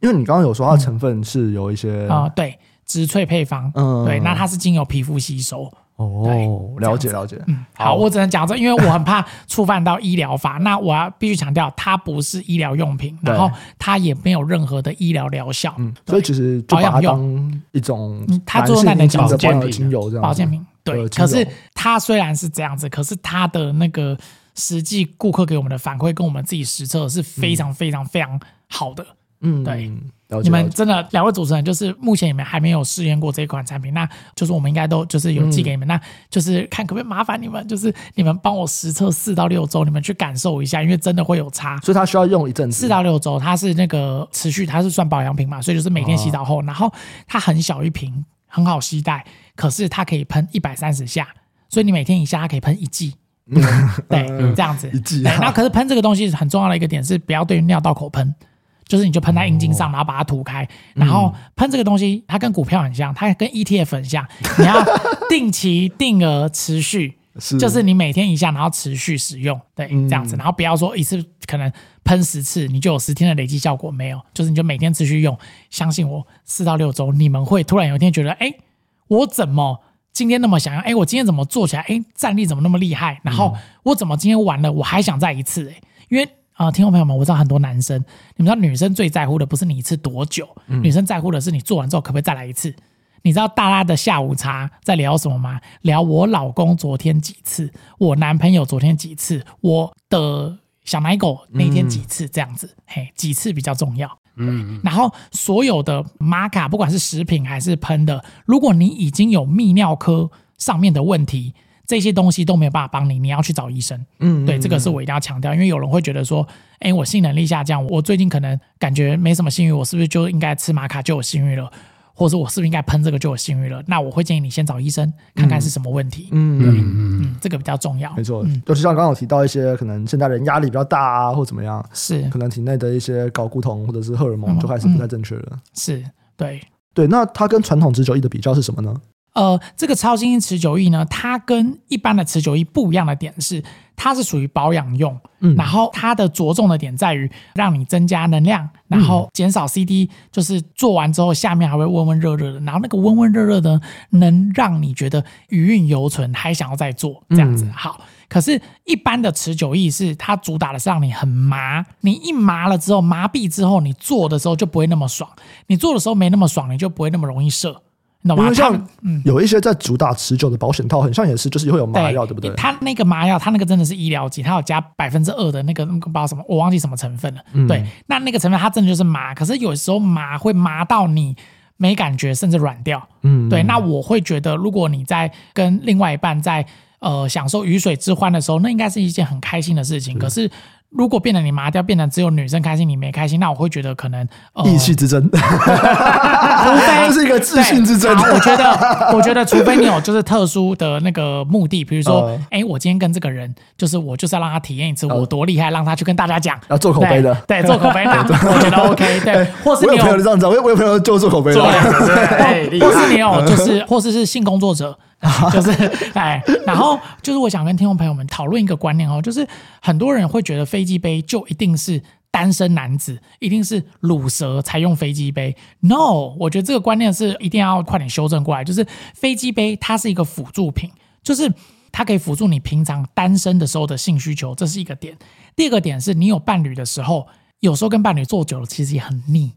因为你刚刚有说它的成分是有一些
啊对，植萃配方，
嗯
对，那它是经由皮肤吸收。
哦，
对
了解
这
了解，
嗯，好，我只能讲这，因为我很怕触犯到医疗法。那我要必须强调，它不是医疗用品，
对
然后它也没有任何的医疗疗效。
嗯，所以其实就
保
把
养
它
用
当一种
嗯它
男
作用
性
在你
阴
的
茎的
保健
保养
品
精油这样子，
保健品。对，
呃精
可是
油
它虽然是这样子，可是它的那个实际顾客给我们的反馈跟我们自己实测是非常非常非常好的。
嗯，
对
了解，
你们
了解
真的两位主持人，就是目前你们还没有试验过这一款产品，那就是我们应该都就是有寄给你
嗯
们，那就是看可不可以麻烦你们， 就是你们帮我实测四到六周，你们去感受一下，因为真的会有差。
所以它需要用一阵子
四，到六周，它是那个持续，它是算保养品嘛，所以就是每天洗澡
哦
后，然后它很小一瓶，很好携带，可是它可以喷一百三十下，所以你每天一下它可以喷 一剂。对，这样子
一剂
对
啊，
那可是喷这个东西很重要的一个点是，不要对尿道口喷，就是你就喷在阴茎
哦
上，然后把它涂开。然后
嗯
喷这个东西，它跟股票很像，它跟 ETF 很像，你要定期定额持续。
是
就是你每天一下，然后持续使用，对，
嗯
这样子，然后不要说一次可能喷十次，你就有十天的累积效果没有，就是你就每天持续用，相信我，四到六周，你们会突然有一天觉得，哎、我怎么今天那么想要？哎，我今天怎么做起来？哎，战力怎么那么厉害？然后我怎么今天玩了，我还想再一次？哎，因为啊、呃听众朋友们，我知道很多男生，你们知道女生最在乎的不是你一次多久，女生在乎的是你做完之后可不可以再来一次。你知道大家的下午茶在聊什么吗？聊我老公昨天几次，我男朋友昨天几次，我的小奶狗那天几次，这样子，嘿，几次比较重要。
嗯，嗯
然后所有的玛卡，不管是食品还是喷的，如果你已经有泌尿科上面的问题，这些东西都没有办法帮你，你要去找医生。
嗯
对，这个是我一定要强调，因为有人会觉得说，哎，我性能力下降，我最近可能感觉没什么性欲，我是不是就应该吃玛卡就有性欲了？或者我是不是应该喷这个就有性欲了？那我会建议你先找医生看看是什么问题。嗯
嗯嗯，
嗯嗯，
这个比较重要嗯
没。错，就是像刚刚有提到一些可能现代人压力比较大啊，或怎么样，
是
可能体内的一些睾固酮或者是荷尔
嗯
蒙就开始不太正确了。
是，对。
对，那它跟传统持久力的比较是什么呢？
呃，这个超新星持久液呢，它跟一般的持久液不一样的点是，它是属于保养用，
嗯
然后它的着重的点在于让你增加能量，然后减少 CD，、就是做完之后下面还会温温热热的，然后那个温温热热的能让你觉得余韵犹存，还想要再做这样子。
嗯
好，可是，一般的持久意是它主打的是让你很麻，你一麻了之后，麻痹之后，你做的时候就不会那么爽，你做的时候没那么爽，你就不会那么容易射。你懂
因
吗？
为
它
像有一些在主打持久的保险套，很像也是就是会有麻药，对不对？
它那个麻药，它那个真的是医疗级，它有加百分之二的那个那嗯个不知道什么，我忘记什么成分了。
嗯
对，那那个成分它真的就是麻，可是有时候麻会麻到你没感觉，甚至软掉。
嗯，
对，那我会觉得，如果你在跟另外一半在呃享受鱼水之欢的时候，那应该是一件很开心的事情。可是如果变得你麻掉，变得只有女生开心，你没开心，那我会觉得可能呃
意气之争， 这是一个自信之争
对。好我 觉得，我觉得，除非你有就是特殊的那个目的，比如说
嗯，
哎、我今天跟这个人，就是我就是要让他体验一次我多厉害，让他去跟大家讲，
哦要做口碑的
对，对做口 碑的，我觉得 OK，对，或是
哎我
你
有朋友
有
这样子啊，我有我有朋友就做口碑
做
的，
对，
或是你有，就是或是是性工作者，就是哎，然后就是我想跟听众朋友们讨论一个观念哦，就是很多人会觉得飞机杯就一定是单身男子，一定是乳蛇才用飞机杯。No，我觉得这个观念是一定要快点修正过来，就是飞机杯它是一个辅助品，就是。它可以辅助你平常单身的时候的性需求，这是一个点。第二个点是你有伴侣的时候，有时候跟伴侣做久了其实也很腻，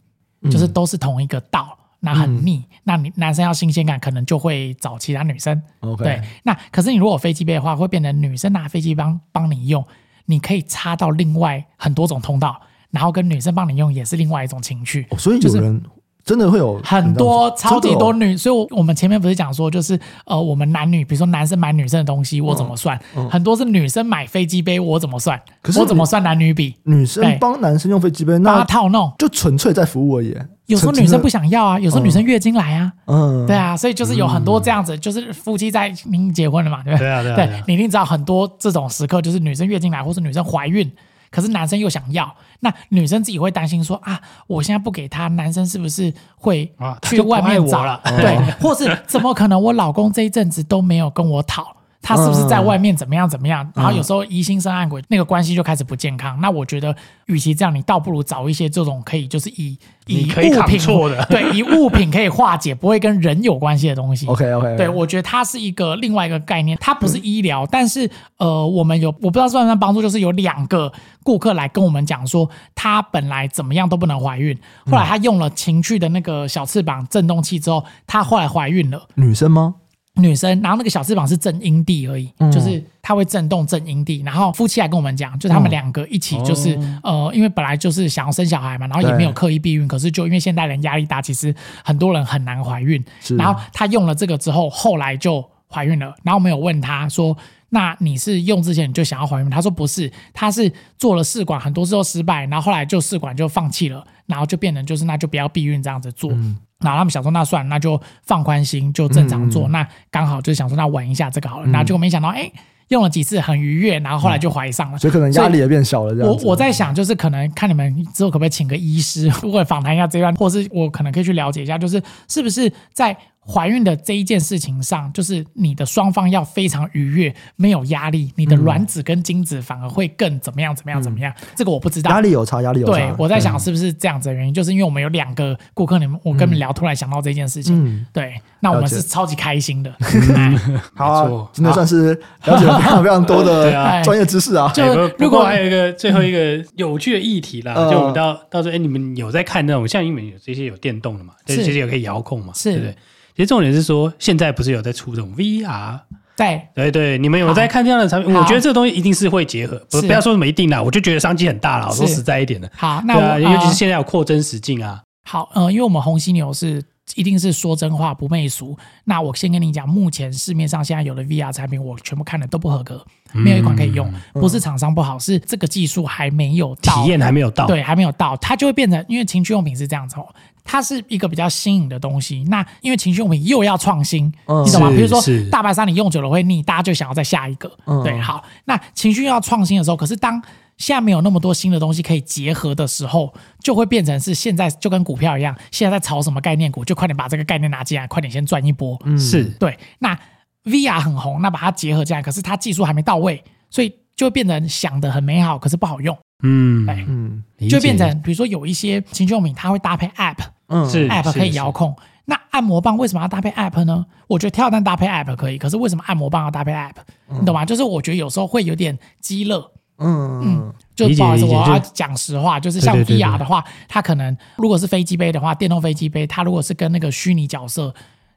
就是
嗯
都是同一个道，那很腻。那你男生要新鲜感，可能就会找其他女生。
嗯 OK
对，那可是你如果有飞机杯的话，会变成女生拿飞机帮帮你用，你可以插到另外很多种通道，然后跟女生帮你用也是另外一种情趣。
哦所以有人真的会有
很多
这样
超
子
级多
真的哦
女，所以我我们前面不是讲说，就是呃，我们男女，比如说男生买女生的东西，我怎么算？很多是女生买飞机杯，我怎么算？
嗯可是
我怎么算男女比？
女生
对
帮男生用飞机杯，
帮
那
他套弄。
就纯粹在服务而已。
有时候女生不想要啊，有时候女生月经来啊，
嗯，
对啊，所以就是有很多这样子，就是夫妻在您结婚了嘛，对不对？
对啊对啊对啊
你一定知道很多这种时刻，就是女生月经来或者女生怀孕，可是男生又想要，那女生自己会担心说啊，我现在不给他，男生是不是会
啊他
去
就不
外
爱
面
我
找？
了嗯
对，或是怎么可能？我老公这一阵子都没有跟我讨。他是不是在外面怎么样怎么样？然后有时候疑心生暗鬼，那个关系就开始不健康。那我觉得，与其这样，你倒不如找一些这种可以就是以以
你可以
物
扛
品
错 的
对，以物品可以化解，不会跟人有关系的东西。
，OK OK，
对，我觉得它是一个另外一个概念，它不是医疗，但是呃，我们有我不知道算不算帮助，就是有两个顾客来跟我们讲说，她本来怎么样都不能怀孕，后来她用了情趣的那个小翅膀震动器之后，她后来怀孕了。
女生吗？
女生，然后那个小翅膀是震阴蒂而已，就是它会震动震阴蒂。然后夫妻来跟我们讲，就他们两个一起，就是、呃，因为本来就是想要生小孩嘛，然后也
对
没有刻意避孕，可是就因为现代人压力大，其实很多人很难怀孕
是。
然后她用了这个之后，后来就怀孕了。然后我们有问她说。那你是用之前你就想要怀孕吗？她说不是，她是做了试管，很多次都失败，然后后来就试管就放弃了，然后就变成就是那就不要避孕这样子做。然后他们想说，那算了，那就放宽心，就正常
嗯
做。那刚好就是想说，那玩一下这个好了。然后结果没想到，哎，用了几次很愉悦，然后后来就怀上了。
嗯所以可能压力也变小了，这样
我
子。
我在想，就是可能看你们之后可不可以请个医师， 如果访谈一下这一段，或是我可能可以去了解一下，就是是不是在怀孕的这一件事情上，就是你的双方要非常愉悦，没有压力，你的卵子跟精子反而会更怎么样怎么样怎么样？
嗯
这个我不知道，
压力有差，压力有差。
对，我在想是不是这样子的原因，就是因为我们有两个顾客，你们我跟你们聊，突然想到这件事情，
嗯
对，那我
了
们
解
是超级开心的，哎
好啊
没错，啊
今天算是了解了非常非常多的
对啊
专业知识啊。
就
哎不不
如
过
果嗯
还有一个最后一个有趣的议题啦，
嗯
就我们到到时候，哎，你们有在看那种像你们有这些有电动的嘛？对，
是
其实也可以遥控嘛，
是
对不对？其实重点是说，现在不是有在出这种 VR？
对，
对对，你们有在看这样的产品？
好
我觉得这个东西一定是会结合，不
是
不要说什么一定啦，我就觉得商机很大啦。我说
是
实在一点的，
好，
对
那我、
啊，尤其
呃
是现在有扩增实境啊，
好，呃，因为我们红犀牛是一定是说真话不媚俗。那我先跟你讲，目前市面上现在有的 VR 产品，我全部看了都不合格，没有一款可以用。不是厂商不好，是这个技术还没有到
体验还没有到。
对，还没有到，它就会变成，因为情趣用品是这样子哦，它是一个比较新颖的东西。那因为情趣用品又要创新，
嗯
你懂吗？
是
比如说
是
大白鲨，你用久了会腻，大家就想要再下一个。
嗯
对，好，那情绪要创新的时候，可是当现在没有那么多新的东西可以结合的时候，就会变成是现在就跟股票一样，现在在炒什么概念股，就快点把这个概念拿进来，快点先赚一波。
嗯
是
对，那 VR 很红，那把它结合进来，可是它技术还没到位，所以就会变成想的很美好，可是不好用，
嗯，
哎
嗯
理解
就变成比如说有一些情趣用品，它会搭配 App，
嗯
是
app 可以遥控。那按摩棒为什么要搭配 app 呢？我觉得跳蛋搭配 app 可以，可是为什么按摩棒要搭配 app？、你
嗯
懂吗？就是我觉得有时候会有点鸡肋。
嗯
就
理解
不好意思，
理解
我要
就
讲实话，就是像
对对对
VR 的话，它可能如果是飞机杯的话，电动飞机杯，它如果是跟那个虚拟角色，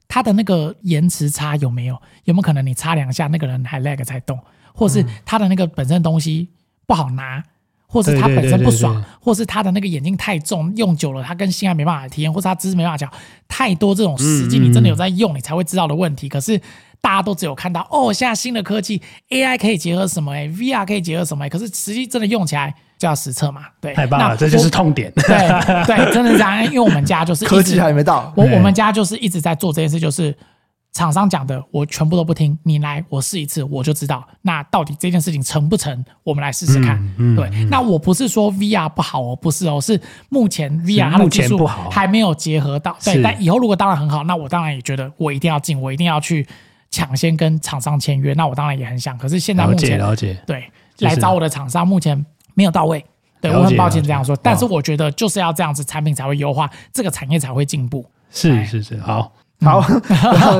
它的那个延迟差有没有？有没有可能你擦两下，那个人还 lag 才动，或
嗯
是它的那个本身东西不好拿，或是它
对对
本身不爽
对对，
或是它的那个眼镜太重，用久了它跟性爱没办法体验，或是它姿势没办法调，太多这种实际
嗯嗯
你真的
嗯
有在用，你才会知道的问题。可是大家都只有看到哦，现在新的科技 AI 可以结合什么、欸、，VR 可以结合什么、欸，可是实际真的用起来就要实测嘛。对，
太棒
那
了，这就是
我
痛点。
对对，真的是这啊样。因为我们家就是一直
科技还没到，
我
对
我们家就是一直在做这件事，就是厂商讲的我全部都不听，你来我试一次我就知道，那到底这件事情成不成，我们来试试看。
嗯嗯
对，那我不是说 VR 不好哦，不是哦，是目前 VR 它的
目
技
前
术
不好
还没有结合到，对，
是
但以后如果当然很好，那我当然也觉得我一定要进，我一定要去抢先跟厂商签约，那我当然也很想，可是现在
了
目
解
前
了解，
对，
就是
来找我的厂商目前没有到位。对，
了解
我很抱歉
了解
这样说，
哦
但是我觉得就是要这样子，产品才会优化，这个产业才会进步。
是是是，好，
好，非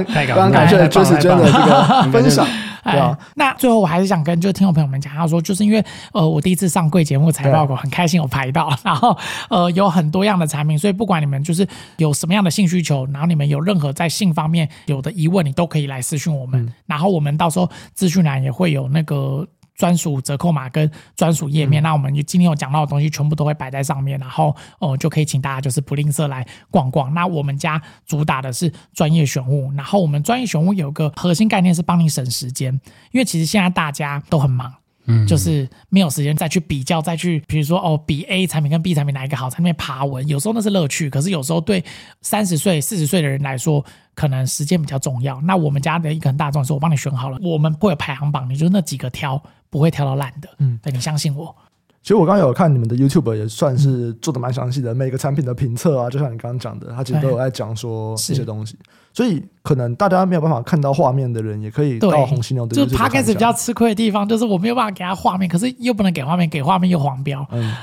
太
常
感
感谢
太棒
j e s s
了太棒
的这个分享，
哎
对啊，
那最后我还是想跟就听众朋友们讲，他说就是因为呃我第一次上贵节目财报狗，很开心有排到，然后呃有很多样的产品，所以不管你们就是有什么样的性需求，然后你们有任何在性方面有的疑问，你都可以来私讯我们，
嗯
然后我们到时候资讯栏也会有那个。专属折扣码跟专属页面，那我们就今天有讲到的东西全部都会摆在上面，然后哦、呃就可以请大家就是不吝啬来逛逛。那我们家主打的是专业选物，然后我们专业选物有个核心概念是帮你省时间，因为其实现在大家都很忙，
嗯
就是没有时间再去比较，再去比如说哦，比 A 产品跟 B 产品哪一个好，在那边爬文，有时候那是乐趣，可是有时候对三十岁、四十岁的人来说，可能时间比较重要。那我们家的一个很大众是，我帮你选好了，我们会有排行榜，你就那几个挑，不会挑到烂的。
嗯
嗯，对你相信我，
其实我刚刚有看你们的 YouTube，也算是
嗯
做的蛮详细的，每个产品的评测啊，就像你刚刚讲的，它其实都有在讲说一
是
些东西，所以可能大家没有办法看到画面的人，也可以
对
到红犀牛的
就是
YouTube 看
podcast
一下
比较吃亏的地方，就是我没有办法给他画面，可是又不能给画面，给画面又黄标。
嗯，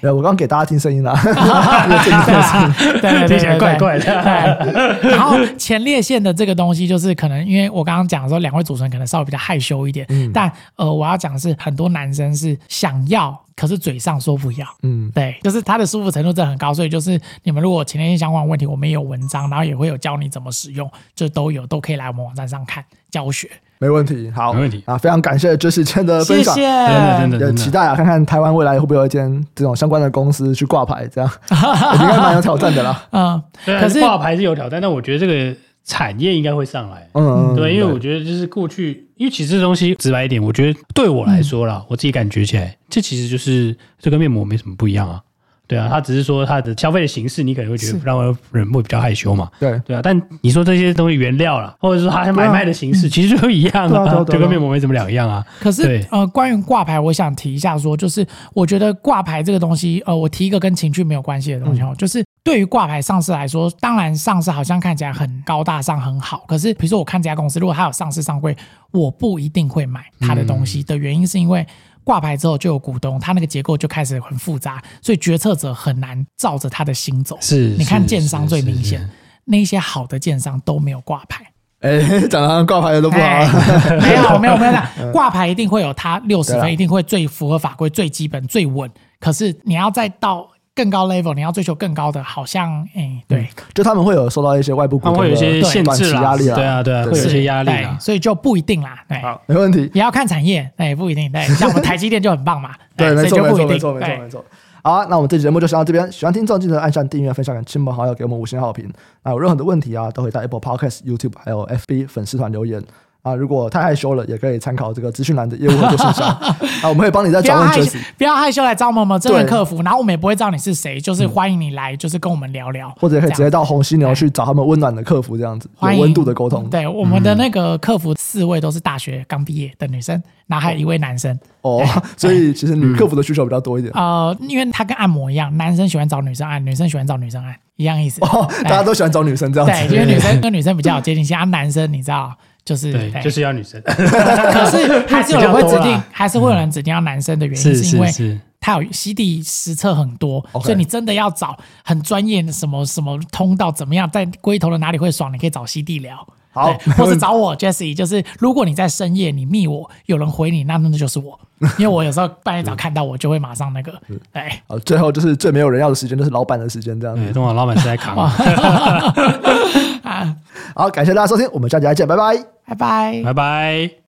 对我刚刚给大家听声音 啦，这个声音
对对对
听起来
对
怪
对
怪的。
对， 然后前列腺的这个东西，就是可能因为我刚刚讲的时候，两位主持人可能稍微比较害羞一点，
嗯
但呃，我要讲的是很多男生是想要，可是嘴上说不要。
嗯，
对，就是它的舒服程度真的很高，所以就是你们如果有前列腺相关的问题，我们也有文章，然后也会有教你怎么使用，就都有，都可以来我们网站上看教学。
没问题，好，
没问题
啊，非常感谢 Jesse 今天的分
谢
享。
谢，
呃真
也
的真的真
期
的，
待啊，看看台湾未来会不会有一间这种相关的公司去挂牌，这 样我觉得应该蛮有挑战的啦。
嗯，
对啊
可是
挂牌是有挑战，但我觉得这个产业应该会上来。
嗯，
对，因为我觉得就是过去，因为其实这东西直白一点，我觉得对我来说
嗯
啦，我自己感觉起来，这其实就是这跟面膜没什么不一样啊。对啊，它只是说它的消费的形式，你可能会觉得
是
让人会比较害羞嘛。
对
对啊，但你说这些东西原料啦，或者说它
啊
买卖的形
嗯
式，其实就一样
对啊对啊对啊
就跟面膜没什么两样啊。
可是
对
呃，关于挂牌，我想提一下说，就是我觉得挂牌这个东西，呃，我提一个跟情绪没有关系的东西哦，就是对于挂牌上市来说，当然上市好像看起来很高大上很好，可是比如说我看这家公司，如果它有上市上柜，我不一定会买它的东西的原因是因为。挂牌之后就有股东，它那个结构就开始很复杂，所以决策者很难照着它的心走。
是
你看
是
建商
是
最
是
明显
是，
那一些好的建商都没有挂牌，
哎，讲的挂牌的都不好
哎
啊， 嗯
没有没有没有那挂牌一定会有它六十
对啦啊
分，一定会最符合法规、最基本、最稳。可是你要再到更高 level，你要追求更高的，好像哎、对，
就他们会有受到一些外部股
他们
东
会有一些
的
限
短期
制啦，
压力啊，
对啊，对啊，
对
会有一些
是
压力
对
啊。
所以就不一定啦，对。
好
没问题。
也要看产业，哎，不一定， 对，像我们台积电就很棒嘛，
对，
哎
没
所
错，
以
没错，
就不一
没
定，
错，没错，
对
没错。好啊，那我们这期节目就先到这边。喜欢听众记得按下订阅、分享给亲朋好友，给我们五星好评。那有任何的问题啊，都可以在 Apple Podcast、YouTube 还有 FB 粉丝团留言啊。如果太害羞了，也可以参考这个资讯栏的业务合作信 箱啊，我们会帮你再
不
转
要
问
害羞
Jesse，，
不要害羞来找我们我们真人
对
客服，然后我们也不会知道你是谁，就是欢迎你来，就是跟我们聊聊，
嗯或者可以直
这
接
样
到红犀牛去找他们温暖的客服，这样子
欢
有
迎
温度的沟通。嗯
对，我们的那个客服四位都是大学刚毕业的女生，然后还有一位男生。
哦，所以其实
嗯
女客服的需求比较多一点。
呃，因为它跟按摩一样，男生喜欢找女生按，女生喜欢找女生按，一样意思。
哦，
哎
大家都喜欢找女生这样
对，
子。
因为女生跟女生比较有接近性，啊，男生你知道，就是
对，
对
就是要女生，
可是 还是有人会指
比较多
定
啦，
还是会有人指定要男生的 原因，
是
因
是
为
是，
他有吸地实测很多，
OK
所以你真的要找很专业的什么什么通道怎么样，在龟头的哪里会爽，你可以找吸地聊。
好
对 或者找我 Jesse，就是如果你在深夜你密我，有人回你，那那就是我，因为我有时候半 夜早看到我就会马上那个，哎，
好，最后就是最没有人要的时间，就是老板的时间这样
对，
子。
通常老板是在扛。
好，感谢大家收听，我们下期再见，拜拜。
拜拜。
拜拜。